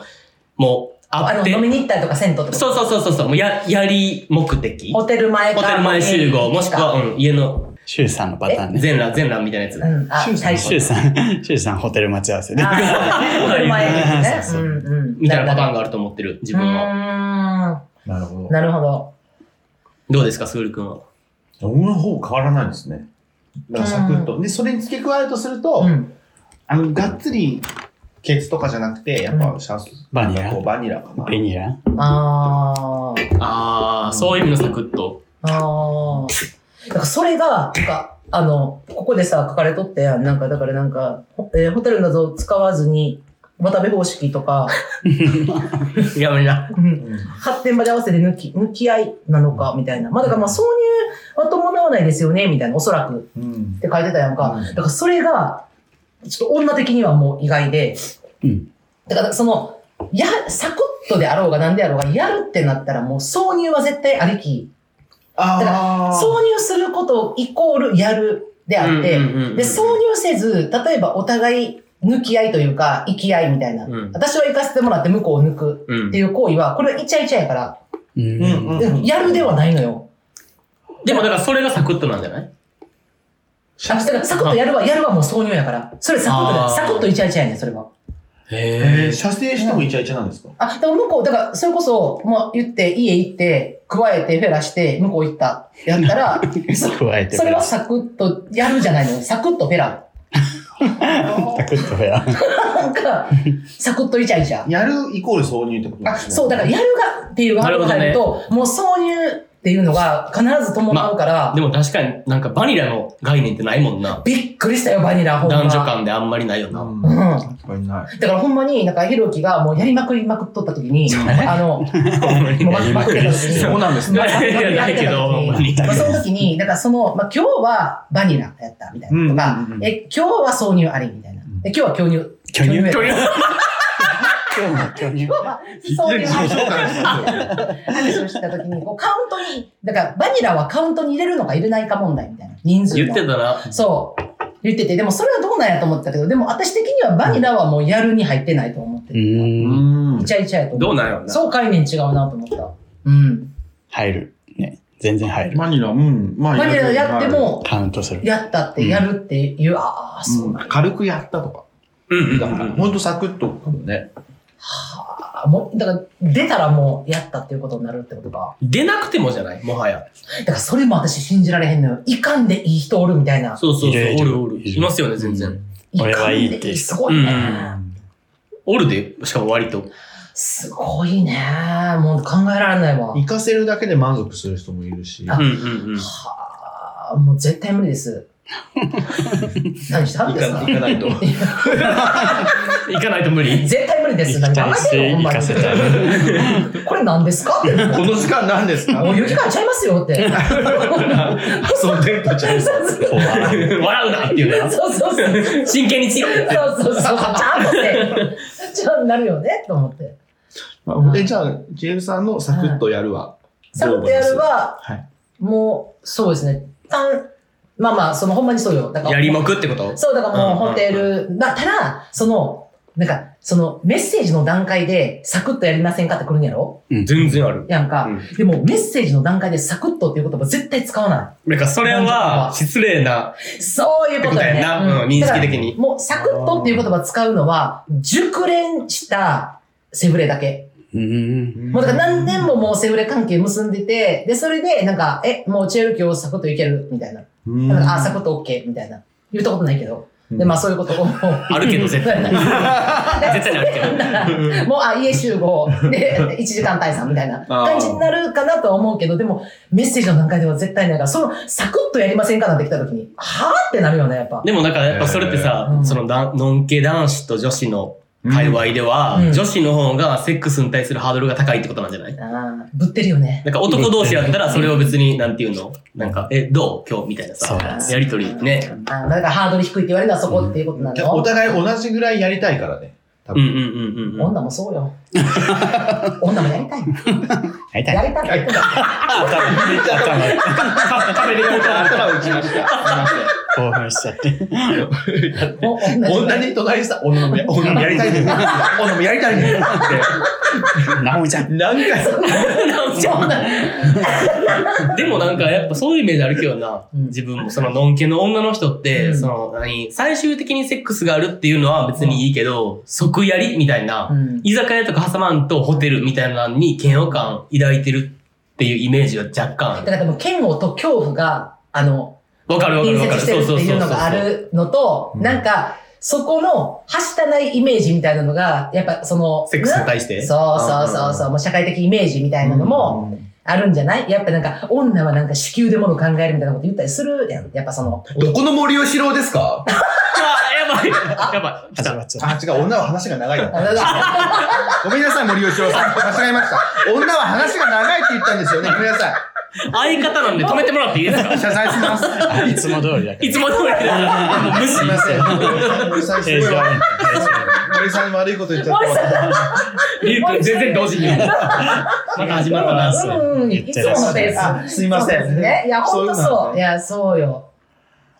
S4: もう、
S3: あ
S4: 会っ
S3: の、
S4: て
S3: 飲み、に行ったりとか銭湯とか。
S4: そうそうそうそうそう、もうや、やり目的。
S3: ホテル前か
S4: ホテル前集合、もしくは、うん、家の
S1: シュウさんのパターンね。
S4: 全裸、全裸みたいなやつ
S3: う。ん。あ、最
S1: シュ
S3: 初。
S1: ウさん、シュウさんホテル待ち合わせで。
S3: あー、うまい ですね。うんうん。
S4: みたいなパターンがあると思ってる、自分は。
S3: は。
S2: なるほ
S3: うーん。なるほど。
S4: どうですか、すぐるくんは。
S2: ど。俺の方変わらないですね。だからサクッと。で、それに付け加えるとすると、
S3: うん。
S2: あの、がっつり、ケツとかじゃなくて、やっぱ、シャス、
S1: バニラ
S2: こうバニラかな。
S1: ベニラ
S3: あー。
S4: ああ、そういう意味のサクッと。
S3: ああ。だからそれが、なんか、あの、ここでさ、書かれとって、なんか、だからなんか、ほえーホテルなどを使わずに、渡部方式とか、
S4: やめな。
S3: うん
S2: うん
S3: 発展場で合わせて抜き、抜き合いなのか、みたいな。まあ、だからまあ、挿入は伴わないですよね、みたいな、おそらく、
S2: うん
S3: って書いてたやんか。
S2: うん
S3: だからそれが、ちょっと女的にはもう意外で、
S1: うん
S3: だからその、や、サクッとであろうが何であろうが、やるってなったらもう挿入は絶対ありき。
S2: ああ。
S3: 挿入することイコールやるであって、
S4: うんうんうんうん
S3: で、挿入せず、例えばお互い抜き合いというか、行き合いみたいな。
S4: うん
S3: 私は行かせてもらって向こうを抜く
S4: う
S3: っ
S4: ん
S3: て。いう行為は、これはイチャイチャやから、
S1: う
S2: うんうん
S1: ん。
S3: うんやるではないのよ。
S4: でもだからそれがサクッとなんじゃない
S3: あだからサクッとやるは、やるはもう挿入やから。それサクッと
S4: あ
S3: だ、
S4: ー
S3: サクッとイチャイチャやねん、それは。
S2: えー、
S4: へ
S2: 射精してもイチャイチャなんですか
S3: あ、でも向こう、だから、それこそ、もう言って、家行って、加えて、フェラして、向こう行った。やった ら、そ
S1: 加えて
S3: それはサクッとやるじゃないのよ。サクッとフェラ。
S1: サクッとフェア。
S3: なんか、サクッとイチャイチャ。
S2: やるイコール挿入ってことで
S3: あ、
S2: すね。
S3: そう、だからやるがっていうワードが入ると、もう挿入っていうのが必ず伴うから、
S4: ーでも確かになんかバニラの概念ってないもんな。
S3: びっくりしたよ、バニラ、ほんま。
S4: 男女間であんまりないよ
S2: う
S4: な。
S2: ん。
S3: うん。
S2: 確かにない。
S3: だからほんまに、なんか、ひろきがもうやりまくりまくっとった時に、あ の、もうままくってた時に、
S2: そうなんです
S4: い
S2: ね。
S4: やいやないけど、ほんまに。
S3: まあ、その時に、だからその、まあ、今日はバニラやったみたいなとか、
S2: うんうんうん
S3: え、今日は挿入ありみたいな。で今日は巨乳。
S1: 巨乳
S3: 巨
S4: 巨乳
S1: 今日も巨乳
S3: 今日は挿入ありみたいな話をした時に、こうカウントに、だからバニラはカウントに入れるのか入れないか問題みたいな。人数の。
S4: 言ってたな。
S3: そう。言ってて、でもそれはどうなんやと思ってたけど、でも私的にはバニラはもうやるに入ってないと思って
S1: う。
S3: る。
S2: うんん
S3: イ。チャイチャやと思
S4: どうなんやろ
S3: う。
S4: な。
S3: そう概念違うなと思った。うん。
S1: 入る。ね。全然入る。
S2: マニラ、うん。まあ
S3: バニラやって、も、
S1: カウントする。
S3: やったってやるっていう、ああ、そううん
S2: 軽くやったとか。
S4: うんうん
S2: だから、ほんとサクッとかもね。
S3: か。もう、だから出たらもうやったっていうことになるってことか。
S4: 出なくてもじゃないもはや。
S3: だからそれも私信じられへんのよ。いかんでいい人おるみたいな。
S4: そうそう
S1: い
S4: そう。
S1: るい
S4: お
S1: る
S4: るおる。
S1: いる
S4: いますよね、全然。
S1: 俺はいいって
S3: かんですごいね。
S4: うんおるで、しかも割と。
S3: すごいね。もう考えられないわ。
S2: 行かせるだけで満足する人もいるし。
S3: あ
S4: うん うんうん。
S3: はあ、もう絶対無理です。何したん
S2: 行
S3: です
S2: か
S3: か
S2: 行かないと。
S4: 行かないと無理。
S3: 絶対無理です。何
S1: 行き
S3: 考
S1: たい
S3: えて
S1: し、
S3: んのほん
S1: 行
S3: ま
S1: か
S3: に
S1: せたい。
S3: これ何ですかって。
S2: この時間何ですか
S3: もう雪からちゃいますよって。
S2: 遊んでるとちゃう。
S1: 怖い。
S4: 笑うなっていうな。
S3: そうそうそう。そうそう
S4: 真剣に強い。
S3: そう。ちゃんとせちゃんとなるよね、と思って。
S2: まあえ、じゃあ、ジェームさんのサクッとやるは。
S3: サクッとやるは、
S2: はい。
S3: もう、そうですね。たんまあまあ、そのほんまにそうよ。だから
S4: やりまくってこと
S3: そう、だからもう
S4: うん
S3: ホテル、だただ、その、なんか、そのメッセージの段階でサクッとやりませんかって来るんやろ
S4: 全然ある。
S3: やんか、
S4: うん
S3: でもメッセージの段階でサクッとっていう言葉絶対使わな
S4: なんかそれは失礼な。
S3: い。そういうことやね。
S4: ってことやなうん認識的に
S3: だからもうサクッとっていう言葉使うのは、熟練したセフレだけ。
S1: うん。
S3: もうだから何年ももうセフレ関係結んでて、で、それでなんか、え、もうチェル今日サクッといけるみたいな。
S2: うん
S3: だからあ、サクッと OK みたいな。言ったことないけど。で、まあそういうことを。
S4: あるけど絶対。絶対にあるけど。
S3: もう、あ、家集合で、1時間退散みたいな
S2: あー
S3: 感じになるかなとは思うけど、でも、メッセージの段階では絶対ないから、その、サクッとやりませんかなんて来た時に、はぁってなるよね、やっぱ。
S4: でもなんかやっぱそれって
S3: え
S4: さ
S3: ー、
S4: そのだんのんけ男子と女子の
S2: うん
S4: 界隈では
S3: うん、
S4: 女子の方がセックスに対するハードルが高いってことなんじゃない
S3: あーぶってるよね。
S4: なんか男同士やったらそれを別に、なんていうのなんか、え、どう今日みたいな
S1: そう
S4: さ
S1: なんで、
S4: やりとりね。
S3: あーだからハードル低いって言われるのはそこっていうことなの
S2: お
S3: よ。
S2: 互い同じぐらいやりたいからね。多
S4: う
S2: 分
S4: んうんうんうんうん。
S3: 女もそうよ。女もやりたいの。
S1: なりたい
S3: や。りたい。
S1: あ、頭、めっちゃ頭、
S4: カカフェで行こうか。
S2: 頭打ちました。
S1: 興奮しちゃって。
S3: お同じ
S2: 女に隣さ、女の子や、女もやりたいねん。女もやりたい ねん。って。
S1: なおみちゃん。
S2: 何回そ
S4: でもなんかやっぱそういうイメージあるけどな。
S3: うん
S4: 自分もそののんけの女の人って、
S3: うん
S4: その何、最終的にセックスがあるっていうのは別にいいけど、即やりみたいな、
S3: うん
S4: 居酒屋とか挟まんとホテルみたいなのに嫌悪感抱いてるっていうイメージは若干あ
S3: だ
S4: る。
S3: からでも、嫌悪と恐怖が、あの、
S4: わかるわか
S3: 隣
S4: るわか
S3: 接
S4: る。
S3: してるっていうのがあるのと、
S2: うん
S3: なんか、そこの、はしたないイメージみたいなのが、やっぱその、
S4: セックスに
S3: な
S4: 対して。
S3: そうそうそうそう、もう社会的イメージみたいなのもあるんじゃないやっぱなんか、女はなんか子宮でもの考えるみたいなこと言ったりするやん。やっぱその、
S2: どこの森吉郎ですか
S4: あ、やばい。やばい。来
S1: 始
S4: た。
S1: まっちゃっ
S2: あ、違う、女は話が長い
S3: あだ
S2: な。
S3: だ
S2: ごめんなさい、森吉郎さん。間違えました。女は話が長いって言ったんですよね。ごめんなさい。
S4: 相方なんで止めてもらっていいですか
S2: 謝罪します。
S1: た。いつも通りだから。
S4: いつも通りで。もう無視
S2: すいません。森さん、す
S1: 平
S2: ごい
S1: 常運。
S2: わ
S1: 転平常運転
S2: 森さんに悪いこと言っちゃった。
S4: りゅうくん全然同時に言う。また始まったな。
S3: うん、
S1: 言っ
S3: い
S1: て
S3: つ
S1: らっ
S3: も
S1: しゃ
S3: の
S1: る
S3: ペース。
S2: あすいません
S3: そうですね。いや、ほんと
S2: そういうの
S3: そ
S2: は
S3: う。
S2: ね
S3: いや、そうよ。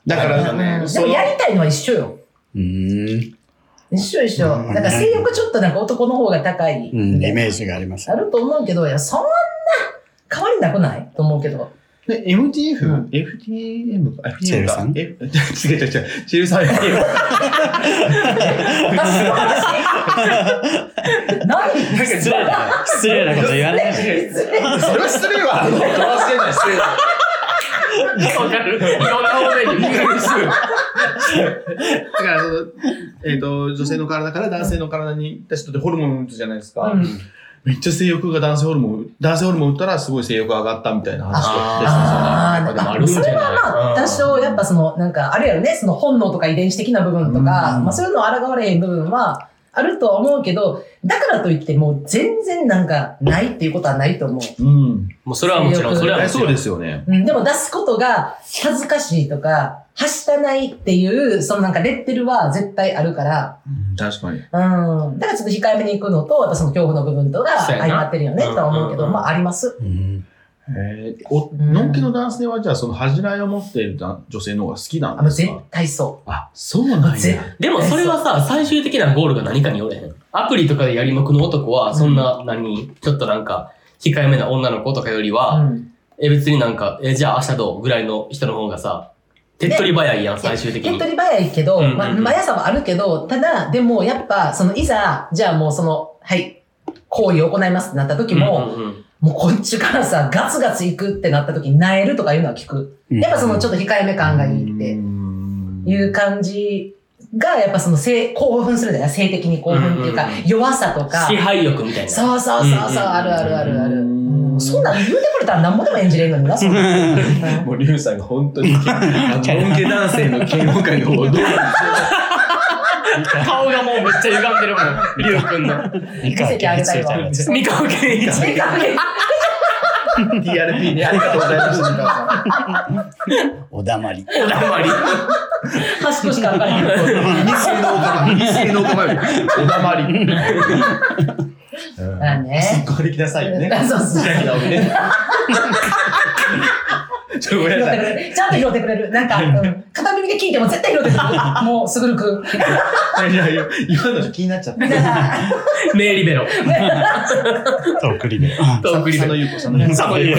S2: だか
S3: う
S2: らね、
S3: んでも
S2: その
S3: やりたいのは一緒よ。
S1: うーん。
S3: 一緒一緒。
S1: うん
S3: なんか性欲ちょっとなんか男の方が高い。
S1: うん、イメージがあります
S3: あ。ると思うけど、いや、そんな変わりなくないと思うけど。
S2: ね、
S3: う
S2: MTF?
S3: ん
S2: FTM か
S1: チェル
S2: ?FTM
S1: さ
S2: か
S1: ん
S2: F- 違う違う違う。チェルさん FTM。
S3: 私の話何
S1: 失礼な、失礼なこと言わないで。
S3: 失礼
S2: それは失礼わ。してない、失礼だ。
S4: わかるいろんな方面に見返する。
S2: だからその、えっ、と、女性の体から男性の体に出しとってホルモン打つじゃないですか。
S3: うん
S2: めっちゃ性欲が男性ホルモン、男性ホルモン打ったらすごい性欲上がったみたいな話
S3: あ
S4: でもあ
S3: あ
S4: るん
S3: ー、
S4: じ
S3: そ
S4: ゃない
S3: れはまあ、多少、やっぱその、なんか、あるやろね、その本能とか遺伝子的な部分とか、まあそういうの抗われへん部分は、あるとは思うけど、だからといってもう全然なんかないっていうことはないと思う。
S2: うん。
S4: もうそれはもちろん、それはも
S2: え
S4: ち
S2: そう
S4: ろ。
S2: んですよね。
S3: うん、でも出すことが恥ずかしいとか、はしたないっていう、そのなんかレッテルは絶対あるから、
S2: 確かに。
S3: うん。だからちょっと控えめに行くのと、やっぱその恐怖の部分とが
S4: そうやな
S3: 相まってるよね、とは思うけ
S4: うんうん
S3: ど、
S4: うん
S3: まああります。
S1: うん。
S2: えー、お、
S3: ん
S2: のんきの男性はじゃあその恥じらいを持っている男女性の方が好きな
S3: あ
S2: ん
S3: の、
S2: です
S3: 絶
S2: か
S3: 対そ
S2: あ、そうなん
S3: ぜ
S2: や。
S4: でもそれはさ、最終的なゴールが何かによれへん。アプリとかでやりまくの男は、そんな、何、ちょっとなんか、控えめな女の子とかより
S3: う。
S4: は、
S3: ん。
S4: え、別になんか、え、じゃあ明日どうぐらいの人の方がさ、手っ取り早いやん、最終的
S3: 手っ
S4: に。
S3: 取り早いけど、
S4: うんうんうん
S3: まあ、毎朝もあるけど、ただ、でもやっぱ、そのいざ、じゃあもうその、はい、行為を行いますってなった時も、
S4: うんうんうん
S3: もうこっちからさ、ガツガツ行くってなった時に、なえるとかいうのは聞く。やっぱそのちょっと控えめ感がいいってい
S2: いう
S3: 感じが、やっぱその性、興奮するんだよね。性的に興奮っていうか
S4: うんうんう、
S3: 弱さとか。
S4: 支配欲みたいな。
S3: そうそうそう
S4: うん
S3: そう
S4: うんうん
S3: あるあるあるある。
S2: うん
S3: そんなん言うてくれたら何もでも演じれるのにな、そんなん。うん
S2: もう、リュウさんが本当に、あの、
S1: の
S2: ンケ男性の嫌悪感の方をどう
S4: 顔がもうめっちゃ歪んでるもん、りゅうくんの。
S1: 見かけについたら、ちょっ
S4: 三河健一。
S3: えかっけえ
S2: TRP ね、ありがとうございました、三河さん。
S1: とおだまり。
S4: おだまり。
S3: 端っこしか分からへん。
S2: 二世のおかま、二世のおか まより、おだまり。
S3: まあね。
S2: ごりきなさいよね。
S3: そうそう
S2: 開き直り ね。ちょっとごめん
S3: 拾
S2: な
S3: って
S2: さい。
S3: くれるちゃんと拾ってくれ る。なんか、うん、片耳で聞いても絶対拾ってくれる。もう、すぐるく。
S2: いやいや今の気になっちゃった。
S4: メイリベロ。
S1: と送りで。
S4: トークリベ
S2: 佐
S4: ロ
S2: 野。優子、佐野優
S4: 佐野優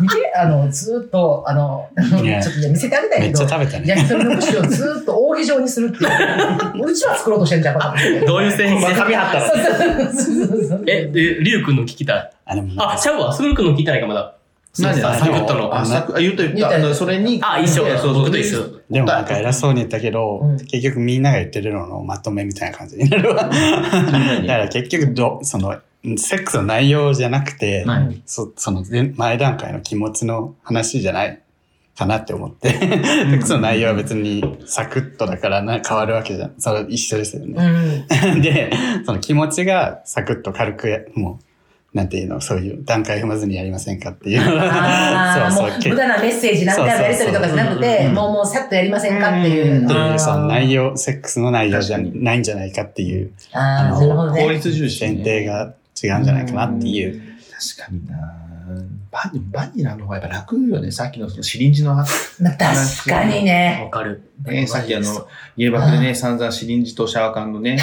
S3: 見て、あの、ずーっと、あの、
S1: ね
S3: ちょっといや見せてあげたい
S1: め
S3: け
S1: っち
S3: ど
S1: ゃ、食べたね。
S3: 焼き鳥の串をずーっと扇状にするっていう。うちは作ろうとしてんじゃん、バカ。
S4: どういう製品
S2: 子。髪張ったら。
S3: そうそうそう
S4: え、で、りゅうくんの聞きたい。
S1: あ、でもなん
S4: あ、
S1: か、
S4: ちゃうわ。すぐるくんの聞いてないか、まだ。
S2: 何
S4: さ、サクッとの。
S2: あ、さくあ言った言った。あのそれに。
S4: あ、一緒
S2: いや。そうそう
S4: 僕と一緒。
S1: でもなんか偉そうに言ったけど、
S3: うん
S1: 結局みんなが言ってるののまとめみたいな感じになるわ。だから結局ど、その、セックスの内容じゃなくて、
S4: はい
S1: そその前前段階の気持ちの話じゃないかなって思って、セックスの内容は別にサクッとだからな変わるわけじゃん。それ一緒ですよね。
S3: うん。
S1: で、その気持ちがサクッと軽くや、もう、なんていうの、そういう段階踏まずにやりませんかっていう。
S3: あ あ、
S1: そ
S3: も
S1: う
S3: う
S1: そう、
S3: 無駄なメッセージ何回もやり取りとかじゃなく
S1: そうそう
S3: て、
S1: そう
S3: もうもうさっとやりませんかっていう。
S1: って
S3: あ
S1: い
S3: ー
S1: う、その内容、セックスの内容じゃ
S2: 確かに
S1: ないんじゃないかっていう
S3: ああ、なるほ
S2: 効
S3: どね。
S2: 率重視。
S1: 前提が違うんじゃないかなっていう。
S2: 確かになバニバニラの方がやっぱ楽よね。さっきのそのシリンジの話、
S3: まあ確かにね。
S4: わかる。
S2: ね、さっきあの、家爆でね、散々シリンジとシャワー缶のね、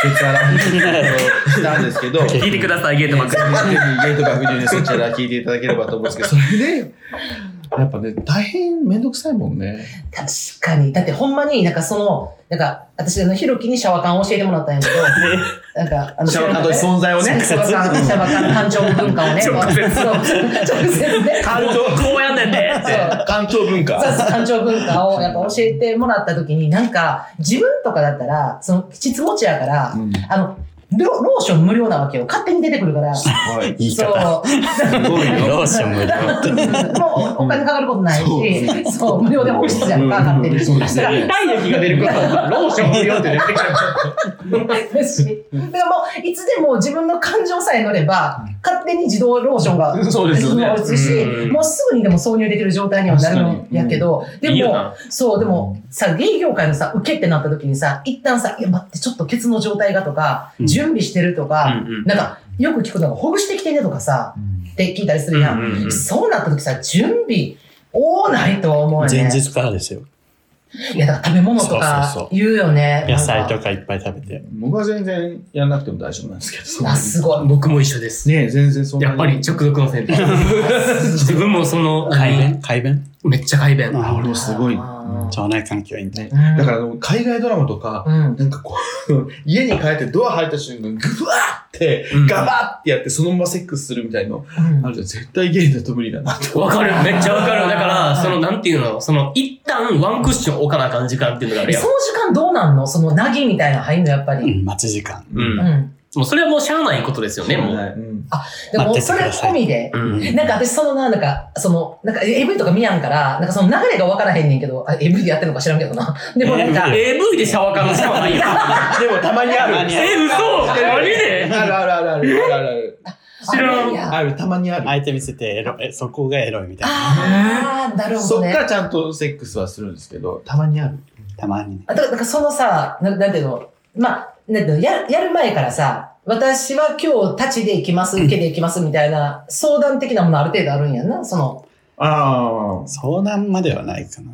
S2: 血洗いをしたんです けど、
S4: 聞いてください、ゲートマックス。
S2: ゲートバックにね、そちら聞いていただければと思うんですけ ど、それで、やっぱね、大変めんどくさいもんね。
S3: 確かに。だってほんまになんかその、なんか私あのひろきにシャワカンを教えてもらったんやけど、なんかあの、
S2: シャワー缶という存在を
S3: シャ
S2: ね、
S3: ワカン、シャワカン、感情文化をね、
S4: 直接
S3: そう直接ね。
S4: こう こうやんねんでって。
S3: そう
S2: 関東文
S3: そう
S2: 化。
S3: そう感情文化をやっぱ教えてもらった時に、なんか、自分とかだったら、その、質持ちやから、
S2: うん
S3: あの、ロローション無料なわけよ。勝手に出てくるから。そう。
S2: すごい。
S1: 言い方。
S2: すごい よ。
S1: ローション無料って。
S3: もうお金かかることないし、そう、無料で保湿じゃんか、勝手に。
S2: そうですね。
S4: 体液が出るから、ローション無料って出てきた
S3: だしだからもう、いつでも自分の感情さえ乗れば、勝手に自動ローションが、
S2: そうですよね
S3: 落ちるし
S4: うん
S3: もうすぐにでも挿入できる状態にはなるんやけど、で
S4: にうんいいよ
S3: も
S4: な、
S3: そう、でも、さ、ゲイ業界のさ、受けってなった時にさ、一旦さ、いや、待って、ちょっとケツの状態がとか、
S1: うん
S3: 準備してるとか、なんか、よく聞くのが、ほぐしてきてねとかさ、って聞いたりするやん。そうなった時さ、準備、おーないと思うよ
S1: 前
S3: ね。
S1: 日からですよ。
S3: いや、だから食べ物と
S1: そうそう
S3: か
S1: そ
S3: 言うよね。
S1: 野菜
S3: なん
S1: とかいっぱい食べて。
S2: 僕は全然やらなくても大丈夫なんですけど。
S3: あ、すごい。
S4: 僕も一緒です。
S2: ね全然そんな
S4: やっぱり直属の先輩。 自分もその、
S1: 改便改便
S4: めっちゃ改便。
S1: あ
S2: 俺もすごい。
S3: あー
S1: 腸内環境いいんだ。
S2: ね、だからあの海外ドラマとか、
S3: うん。
S2: なんかこう、 家に帰ってドア入った瞬間、グワーって
S4: うん、
S2: ガバーってやって、そのままセックスするみたいの、あるじゃん。絶対ゲイだと無理だなって。
S4: わかる。めっちゃわかる。だか
S3: あ
S4: ら、
S3: ー
S4: その、なんていうの、その、一旦ワンクッション置かなあかん時間っていうのがある
S3: え
S4: やん
S3: そ。の時間どうなんのその、なぎみたいなの入んの、やっぱ
S1: う
S3: り。
S1: ん、待ち時間。
S4: う。
S3: うんん。
S4: もうそれはもうしゃあないことですよね、も
S2: う
S4: う。
S2: ん。
S3: でも、
S1: 待ってて
S3: そ
S1: く
S3: れ
S1: ださい
S3: 込みで。
S4: うん。
S3: なんか私そのな、なんか、その、なんか AV とか見やんから、なんかその流れがわからへんねんけど、あ AV でやってるのか知らんけどな。でもなんか、
S4: AV でシャワーカンのシャワーないよ。
S2: でもたまにあ
S1: たまに
S2: る。
S1: ある
S4: え、嘘マ
S2: あ
S4: ジで
S2: るあるあるあるあるある。
S4: 知らん
S3: あいや
S2: ある、たまにある。
S1: 相手見せてエロ、え、そこがエロいみたいな。
S3: あー、なるほ
S2: そ
S3: ど
S2: っ
S3: ね。
S2: からちゃんとセックスはするんですけど、たまにある。
S1: たまにね。
S3: あだから、だからそのさ、ななんていうの、まあ、なんていうの、や、やる前からさ、私は今日立ちで行きます、受けで行きますみたいな、相談的なものある程度あるんやんな、その、
S2: ああ。
S1: 相談まではないかな。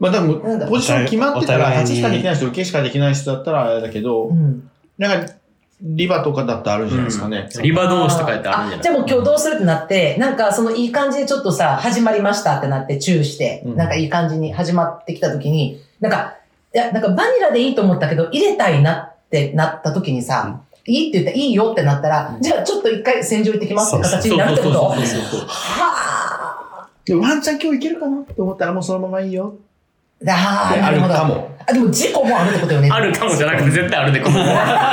S2: まあでも
S3: なんだ、
S2: ポジション決まってた
S1: お
S2: ら、
S1: 互い
S2: 立
S1: に
S2: ちしかできない人、受けしかできない人だったらあれだけ
S3: う
S2: ど、
S3: ん。
S2: なんか、リバとかだったらあるじゃないですかね。
S4: リバ同士とかやったらあるんじ
S3: じ
S4: ゃ
S3: ゃあ
S4: ない
S3: もう今日どうするってなって、なんかそのいい感じでちょっとさ、始まりましたってなって、チューして、
S2: うん
S3: なんかいい感じに始まってきた時に、なんか、いや、なんかバニラでいいと思ったけど、入れたいなってなった時にさ、いいって言ったらいいよってなったら、じゃあちょっと一回洗浄行ってきますって形になるってこと
S4: そうそうそうそう。
S3: はあ。
S2: でもワンチャン今日いけるかなと思ったらもうそのままいいよ。
S3: あー
S2: あ
S3: な
S2: る
S3: ほど
S2: かも。
S3: あ、でも事故もあるってことよね。
S4: あるかもじゃなくて絶対ある で、この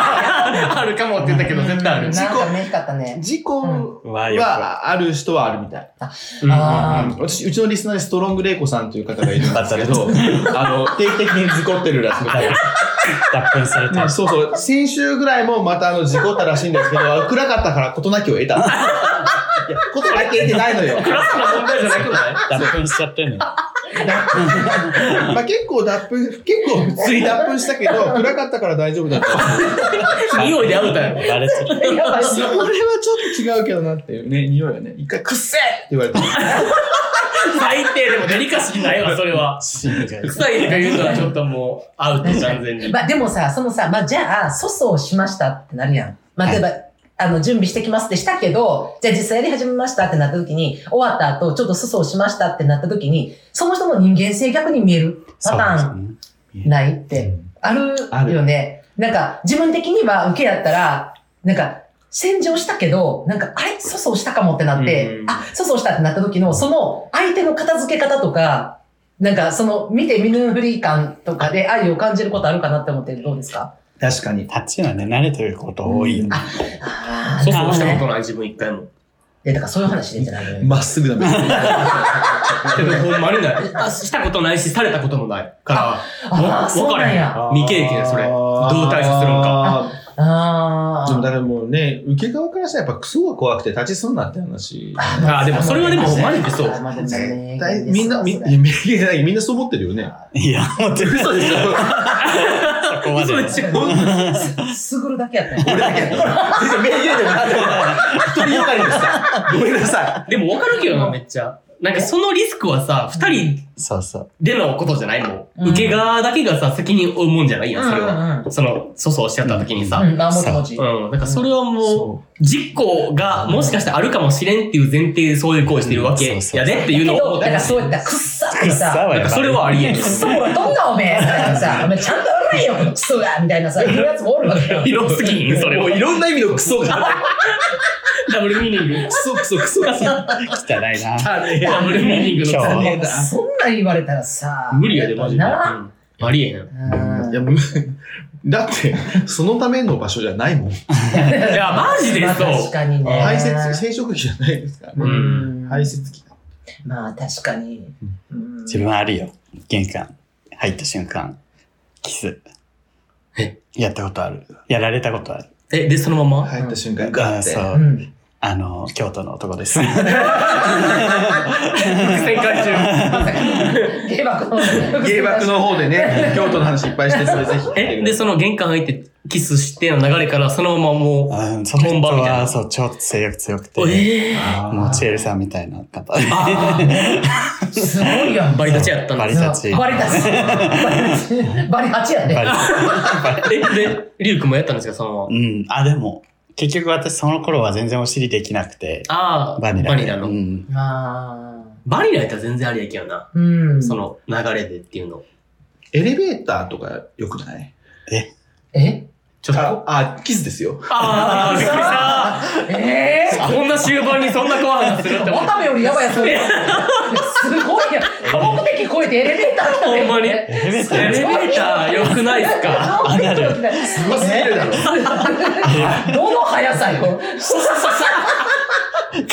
S4: あるかもって言ったけど絶対あ
S3: う
S4: る
S3: ん。
S2: 事故
S3: なんかね、かったね。
S2: 事故
S1: はよく。
S2: はある人はあるみたい。
S3: あー
S2: うん私、うちのリスナーでストロングレイコさんという方がいるんですけど、 あの、定期的に事故ってるらしくて。
S1: 脱粉された。
S2: そうそう。先週ぐらいもまたあの事故ったらしいんですけど、暗かったから事なきを得 た。いや、事なき得てないのよ。
S4: クラスの問題じゃなくない
S1: 脱粉しちゃってんの。
S2: まあ結構脱粉、結構普通に脱粉したけど、暗かったから大丈夫だった。
S4: 匂いでアウトやん。
S1: バレする。
S3: やばい
S2: それはちょっと違うけどなっていうね、匂いはね。一回、くっせえって言われた。
S4: 最低でもデリカシーないわ、それは。
S1: シーンが
S4: 臭いとか言うのはちょっともうアウト完全に。
S3: まあでもさ、そのさ、まあじゃあ、粗相をしましたってなるやん。まあ
S1: は
S3: 例
S1: い
S3: えば、あの、準備してきますってしたけど、じゃあ実際やり始めましたってなった時に、終わった後、ちょっと粗相しましたってなった時に、その人の人間性逆に見えるパターン
S1: ン。
S3: ないって、あ
S2: あ
S3: る
S2: る
S3: よね。なんか、自分的には受けやったら、なんか、洗浄したけど、なんか、あれ粗相したかもってなって
S4: う、ん
S3: あ、粗相したってなった時の、その相手の片付け方とか、なんか、その、見て見ぬふり感とかで愛を感じることあるかなって思ってどうですか
S2: 確かに。
S1: 立ちはね、慣れてること多いよね。
S3: あ
S4: そう
S3: なるほ
S4: そうし
S3: ど
S4: た
S3: ね
S4: ことない自分一回も。
S3: いやだからそういう話でいいんじゃないのよ
S2: まっすぐだね。
S4: けどほんまにない。あしたことないし、されたこともないから、
S3: あ
S4: わ
S3: あ、そうなんや。
S4: 未経験それどう対処するの
S2: か。
S3: あ
S2: でもだ
S3: あ。
S2: からもうね、受け側からしたらやっぱクソが怖くて立ちすんなって話。
S4: あーでもそれはでもマジでそう
S3: まあでもね
S2: 大みんな、み
S3: そ
S2: ん
S3: う
S2: な、
S3: だね
S2: みんなそう思ってるよね。
S1: いや、もう全然。
S4: 嘘でしょ
S1: そこまで。
S4: 嘘でしょ
S3: すぐるだけやったよ。
S2: 俺だけやった。先生、名言でもなんでもない。一人よがり でした。ごめんなさ
S4: でも分かるけどな、めっちゃ。なんかそのリスクはさ、二人
S1: そうそう。
S4: でのことじゃないも
S3: うん
S4: ん。受け側だけがさ、責任負うもんじゃないやん、それは。
S3: は。
S4: その、粗相しちゃった時にさ。
S3: うん、まあ、もちもち。
S4: うん。だからそれは
S2: い。
S4: もう、実行がもしかしてあるかもしれんっていう前提でそういう行為してるわ
S1: う
S4: け
S1: んそうそう
S4: やでっていうのを思っ
S3: だ
S4: た
S3: かららそういった、くっさって
S1: 草
S3: さ。
S1: はやっぱり
S4: それはありえん
S3: クソほら、どんなおめえみたいなさ、お前ちゃんとやれよ、このクソがみたいなさ、いうやつもおるわけよ。
S4: 広すぎんそれ
S2: も
S4: を
S2: ういろんな意味のクソが。
S4: ダブルミーニング
S2: クソクソクソクソ。
S1: 汚いな。
S4: ダブルミーニングの
S1: 今日
S4: さ
S1: は
S3: そんなん言われたらさ、
S4: 無理やでマジで、う
S3: な。
S4: んありえへん
S3: うん
S2: いや、むだって、そのための場所じゃないもん。
S4: いやマジでそう
S3: まあ確かにね。
S2: 排泄、生殖器じゃないですから
S4: う
S2: ね。
S4: ん
S2: 排泄器だ。
S3: まあ確かに。うん
S1: 自分はあるよ。玄関。入った瞬間。キス。
S4: え
S1: やったことある。やられたことある。
S4: えでそのまま、
S2: 入った瞬間、
S1: あ
S2: ガ
S1: ー
S2: ッて。
S1: そうう。
S3: ん。
S1: あの、京都の男です。
S4: 伏線回収
S3: 芸爆の。
S2: 芸爆の方でね、京都の話いっぱいして、それぜひ聞いてください。
S4: えでその玄関入ってキスしての流れからそのままも
S1: うんその人
S4: 本場みたい
S1: は、
S4: な
S1: そう、超性欲強くて
S4: う、ええ
S2: あー、
S1: もうチエルさんみたいな方。
S4: あ
S3: すごいやん。
S4: ーバリ立ちやったん
S1: バ
S4: だ
S1: リ立ち。
S3: バリ立ち。バリ立ちやで。
S1: バリ
S4: えでリュウ君もやったんですかそのまま
S1: うん。あ、でも、結局私その頃は全然お尻できなくて、
S4: ああ
S1: バニラ。
S4: バニラの、
S1: うん。
S3: ああ。
S4: バニラやったら全然ありやけどな
S3: うん。
S4: そ。の流れでっていうの。
S2: エレベーターとかよくない
S3: え
S4: ちょっと。
S2: あ、あキスですよ。
S4: あー、びっくりした
S3: えー
S4: こんな終盤にそんな怖い話するって思っ
S3: 渡
S4: た。
S3: 部よりやばいやつ。すごいやん。科目的超えてエレベーター来たね
S4: ほんまに
S1: エレベータ
S4: エ
S1: ー
S4: レベーター良くないっすか
S3: アナル。
S2: すごすぎるだろ。
S3: どの速さよ。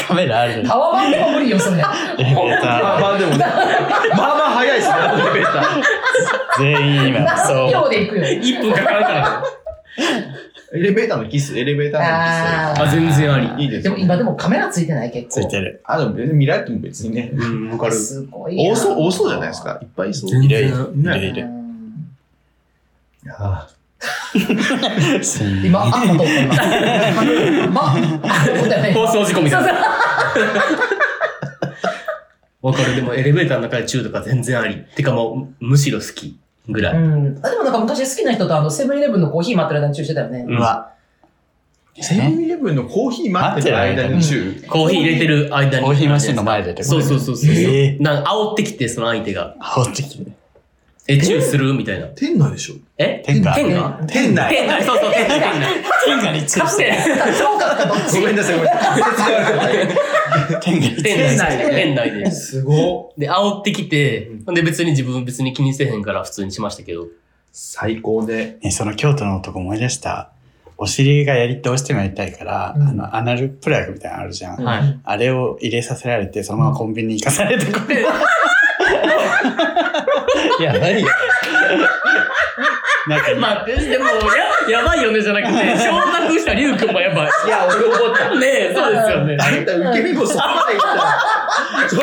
S1: カメラある。
S3: タワマンでも無理よ、それ。
S1: エレベー
S2: まあ
S1: タ
S2: まあでもね、まあまあ早いですね、エレベータ
S1: ー。全員今、そ
S3: 何
S1: う。
S3: 秒で行くよ。
S4: 一分かからんからね。
S2: ー。エレベーターのキス、エレベーターの
S3: あ
S2: キ
S3: ー
S4: あ、全然あり。
S2: ス。いいです
S3: で
S2: よ
S3: も今でもカメラついてない結
S1: つ
S3: 構。
S1: いてる。
S2: あ、でも別に見られても別にね。
S4: うん、わかる。
S3: すごいな。
S2: 多そう、多そうじゃないですか。いっぱいいそう。
S4: 全
S1: い
S4: 然
S1: るいる。いるいる。
S3: うん
S2: あ
S3: 今、あ、まとった今。ま、あ、そうだよね
S4: 放送事故みたいな。わかる。でもエレベーターの中で中とか全然あり。てかもう、むしろ好きぐら
S3: う
S4: い。
S3: ん。あでもなんか昔好きな人とあの、セブンイレブンのコーヒー待ってる間に注意してたよね。
S1: うわ。
S2: ーセブンイレブンのコーヒー待ってる間にチュー。
S4: コーヒー入れてる間に。
S1: コーヒーマシンの前でってこと
S4: そうそうそうそう。
S1: えー
S4: なんか煽ってきて、その相手が。
S1: あ、落ちてきて。
S4: え、チューするみたいな。
S2: 店内でしょ
S4: え
S1: 天下。
S4: 天下
S2: 店内。
S4: 天内、そうそう、天内、天内。
S1: 天下につい。
S4: かしてて。
S3: そうかったどっち
S2: ごめんなさい、ごめんなさい。
S1: 天下について。
S4: 店内で。店内で。
S2: すご
S4: で、煽ってきて、
S2: う
S4: で、別に自分別に気にせえへんから普通にしましたけど。
S2: 最高で。
S1: ねその京都の男思い出した。お尻がやり、どうしてもやりたいから、
S3: うん
S1: あの、アナルプラグみたいなのあるじゃん。
S2: うん
S4: はい。
S1: あれを入れさせられて、そのままコンビニに行かされて、これ。いや、何なん か、
S4: まあ、でも、や、やばいよねじゃなくて、承諾したリュウ君もやばい。
S2: いや、俺怒った。
S4: ねえ、そうですよね。
S2: あんた受け身もそこまでいったら、ちょっ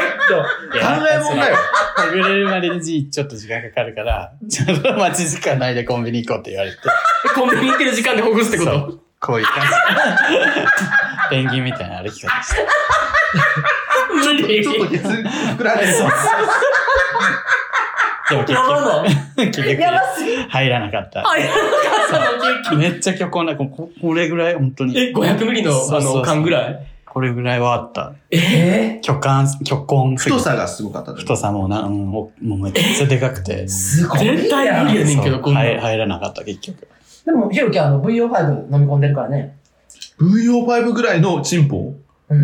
S2: と、考えもんだよ。
S1: 食べれるまでにじちょっと時間かかるから、ちょっと待ち時間ないでコンビニ行こうって言われて。
S4: コンビニ行ってる時間でほぐすってこ
S1: そ
S4: と
S1: う。こういう感じ。ペンギンみたいな歩き方して。
S4: 無理。
S2: ちょっとケツ膨らんでる。
S1: でも結
S4: やばの。
S1: 局、結
S3: やば
S1: 局
S3: すぎる。
S1: 入らなかった。
S4: あ、やばかったのケーキ。
S1: めっちゃ虚構な、こここれぐらい、本当に。
S4: え、500ミリの、
S1: そ
S4: あ
S1: うそうそう
S4: の、缶ぐらい
S1: これぐらいはあった。
S3: え
S1: 巨漢、巨根すぎ
S2: 太
S1: て
S2: さがすごかった。
S1: 太。さもな、うん、おもうめっちゃでかくて。
S3: ー、すごいな。
S4: 絶対無理やねんけ
S1: そ
S4: ど、
S1: う
S4: こんな
S1: 入
S4: ん。
S1: 入らなかった、結局。
S3: でも、ひろきはあの VO5 飲み込んでるからね。
S2: VO5 ぐらいのチンポ。
S3: うん。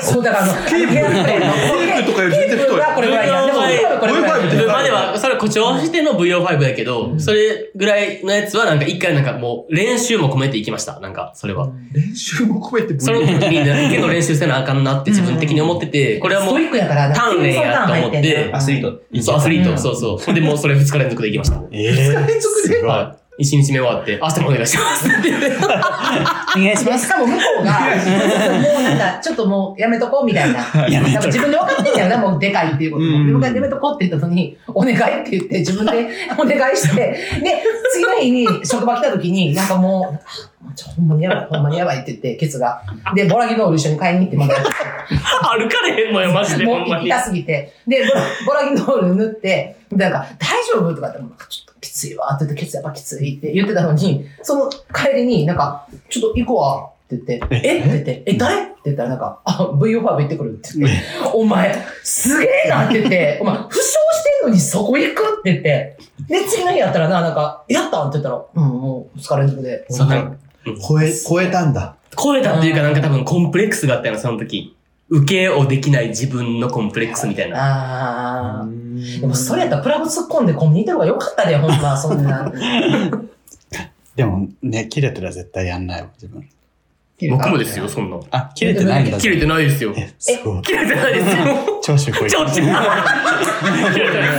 S3: そう、だからあの、ケープ
S2: テープとかより全然
S3: ケー
S2: 太
S3: プ
S2: い。
S3: がこれぐらいやん。でも、VO5 これぐらいやん。
S2: VO5
S4: までは、それは誇張しての VO5 やけど、それぐらいのやつはなんか一回なんかもう練習も込めていきました。なんか、それは。
S2: 練習も込めて
S4: その
S2: VO5
S4: 時。に何件の練習せなあかんなって自分的に思ってて、これは
S3: ス
S4: も
S3: ト
S4: う
S3: イ、ックやから、
S4: 鍛錬やと思っ
S3: そういうパターン入
S4: て
S3: んだよ
S2: アスリート。
S4: そう、アスリー
S3: うん
S4: ト、そうそう。ほんでもうそれ2日連続でいきました。
S1: ええ
S2: 連続で
S1: すごい。
S4: 一日目終わって、明日もお願いします って言って。
S1: お願いしま
S3: で、
S1: す。
S3: しかも向こうが、もうなんか、ちょっともうやめとこうみたいな。
S1: やめ
S3: 多
S1: と
S3: 分自
S1: く。
S3: 分で分かってんだよな、もうでかいっていうこと
S2: うん
S3: も。自分からやめとこうって言ったのに、お願いって言って、自分でお願いして、で、次の日に職場来た時に、なんかもう、あちょほんまにやばい、ほんまにやばいって言って、ケツが。で、ボラギノール一緒に買いに行ってもらって。
S4: 歩かれへんのよ、マジで、ほ
S3: も
S4: ん
S3: う
S4: まに。
S3: 痛すぎて。で、ボラボラギノール塗って、なんか、大丈夫とかって、なんかちょっときついわって言って、ケツやっぱきついって言ってたのに、その帰りになんか、ちょっと行こうわって言って、えって言って、え、誰って言ったらなんか、あ、V オファーブ行ってくるって言って、お前、すげえなって言って、お前、負傷してんのにそこ行くって言って、で、次の日やったらな、なんか、やったんって言ったら、うん、もう、疲れんとで。
S4: そうなんか
S2: 超え、超えたんだ。
S4: 超えたっていうか、なんか多分コンプレックスがあったよな、その時。受けをできない自分のコンプレックスみたいな。
S3: あー。で
S2: で
S3: も、それやったらプラグ突っ込んでコンビニ行った方が良かったで、ほんま、そんな。
S1: でもね、切れたら絶対やんないわ、自分。
S4: 僕もですよ、そんな。
S1: あ、切れてないんだ。
S4: 切れてないですよ。
S1: え、すごい。
S4: 切れてないですよ。
S1: 長州こい
S4: ちょっと切れてない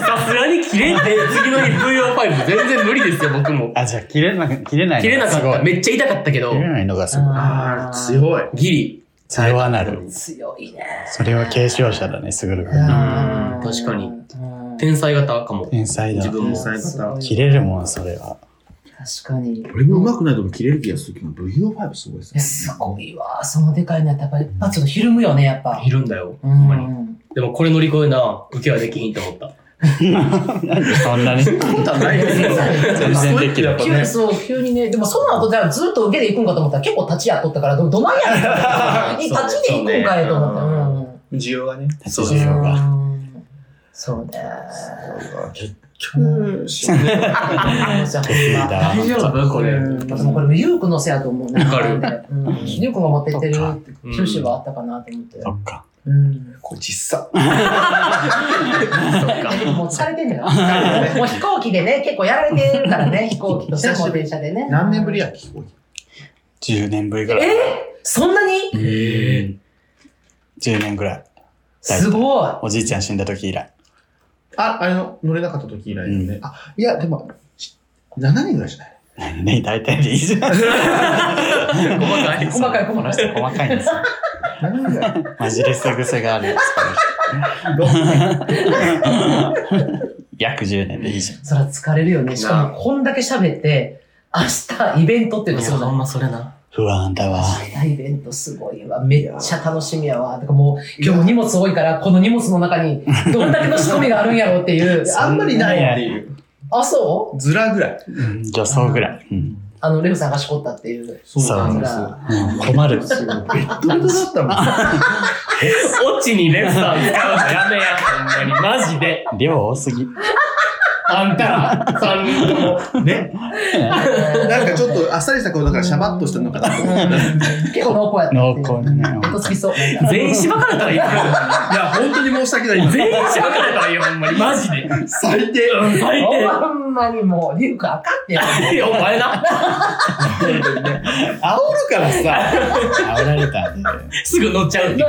S4: さすがに切れて、次の日 VO5 全然無理ですよ、僕も。
S1: あ、じゃあ切れなく、切れない
S4: 切れなかった。めっちゃ痛かったけど
S1: 切、れないのがすごい。
S2: ああ、強い。
S4: ギリ。
S1: それはなる。
S3: 強いね。
S1: それは継承者だね、すぐる
S4: ん
S1: 君。
S4: うん確かに天才型かも。
S1: 天才だ
S4: 自。分も
S2: 天才型
S1: 切れるもん、それは。
S3: 確かに。
S2: 俺も上手くないとも切れる気がするけど、VO5 すごいです
S3: いやすごいわ。そのでかいな。やっぱ、やっぱちょっとひるむよね、やっぱ。
S4: いるんだよ、
S3: う
S4: ほんまに。
S3: ん。
S4: でもこれ乗り越えな、受けはできひんと思った。
S1: なんでそんなに。
S2: ことはないですよ。
S1: 全然できる。
S3: 急にそう、急にね。でもその後、じゃあずっと受けで行くんかと思ったら結構立ちやっとったから、どどないやねんえ
S4: そう
S3: 立ちで行くんかいと思った。
S2: 需要がね。
S1: 立
S3: うん
S1: ち需要が。
S3: うんそうね。
S2: 結 局、死ぬ
S3: じゃあほんま
S1: だ
S4: 大丈夫これ。
S3: うん、でもこれもユウくんのせやと思うな。
S4: わかる
S3: うん。ユウくんが持ってってる
S1: そっか
S3: 収集はあったかなと思って。
S1: そっか。
S3: うん。
S2: こう、実際。
S4: そ っか。
S3: もう疲れてんねんな。もう飛行機でね、結構やられてるからね、飛行機と
S2: 久しぶり
S3: 電車でね。
S2: 何年ぶりや飛行機。
S1: 10年ぶりぐらい。
S3: えそんなに
S4: え
S1: 10年ぐらい。
S3: すごい。
S1: おじいちゃん死んだ時以来。
S2: あ、あれの、乗れなかった時以来ですね。あ、いや、でも、し7年ぐらいじゃない
S1: ね、大体でいいじゃん。
S4: 細か い。
S3: 細かい
S1: この人細かいん ですよ。
S2: ?7 年ぐら い。
S1: マジレス癖があるんです 約10年でいいじゃん。
S3: そら疲れるよね。しかもこんだけ喋って、明日イベントっていうのすごいな。
S4: まそれな。
S1: 不安だわ。
S3: 明日イベントすごいわ。めっちゃ楽しみやわ。だからもう今日も荷物多いから、この荷物の中にどんだけの仕込みがあるんやろうっ ていう。
S2: あんまりないっていう。
S3: あ、そう
S2: ずらぐらい。
S1: うん女装ぐらい。うん
S3: あの、レムさんがしこったっていう。
S1: そうなん
S3: です
S1: うん困る。
S2: ベッドベトだったもん。
S4: オチにレンさん使うのやめや、ほんまに。マジで。
S1: 量多すぎ。
S4: あんたら、三 人とも。
S2: ね。なんかちょっとあっさりした顔だからシャバッとしたのかなと思った
S3: うん 結構濃厚やった。
S1: 濃厚にね
S3: うんほんと好きそう。
S4: 全員しばかれたらいいよ。
S2: いや、本当に申し訳ない。
S4: 全員しばかれたらいいよ、ほんまに。マジで。
S2: 最低。
S4: うん、最
S3: ほんまにもう、リュウクあかんって。
S4: 低。お前な。
S2: 煽るからさ。
S1: 煽られたんで、
S4: すぐ乗っち ゃう。
S1: 終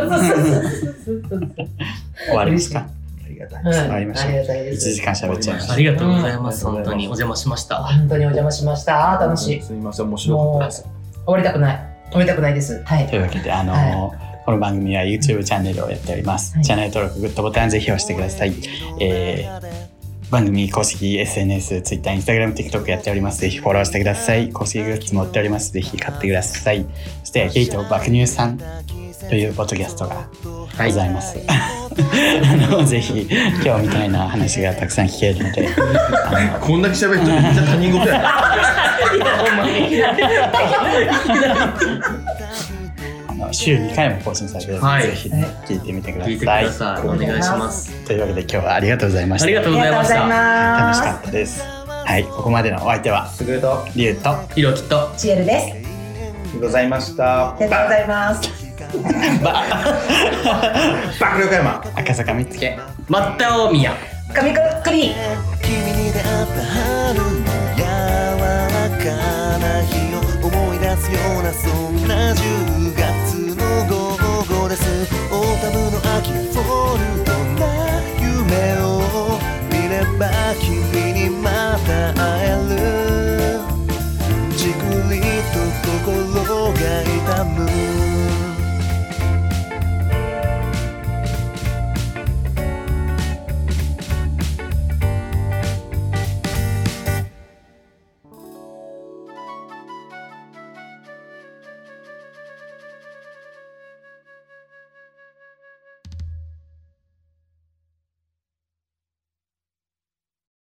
S1: わりますか
S2: ありがたい。
S3: 終
S1: わりました
S3: ありがたいで
S1: ?1
S3: す。
S1: 時間喋っちゃいました
S4: あ。りがとうございます、本当に。お邪魔しました。
S3: 本当にお邪魔しました。あー楽しい。終
S2: すみません、面白かったです。
S3: わりたくない。止めたくないです。はい。
S1: というわけで、あのーこの番組は YouTube チャンネルをやっております。
S3: はい
S1: チャンネル登録、グッドボタンぜひ押してください。えー番組公式 SNS、Twitter、Instagram、TikTok やっております。ぜひフォローしてください。公式グッズも売っております。ぜひ買ってください。そして、ゲイと爆乳さんというポッドキャストがございます。 あのぜひ、今日みたいな話がたくさん聞けるので、あ
S2: こんだけ喋ってるとめっちゃ他人事や。
S1: のあの週2回も更新されてるので、
S4: はい
S1: ぜひね、聞いてみてくだ
S4: 聞いてく
S1: さい
S4: だ。さい。お願いします。
S1: というわけで、今日はありがとうございました。
S4: ありがとうございました。
S1: 楽し
S3: 楽
S1: かったです。はい、ここまでのお相手は、
S2: すぐと、
S1: リュウと、
S4: ひろきと。
S3: チエルです。
S2: ございました
S3: あ。りがとうございます。
S2: 爆力 山。
S1: 赤坂見つけ。
S4: まったおみや。
S3: 神くっくり。
S5: 君に出会った春の柔らかな日を思い出すようなそんな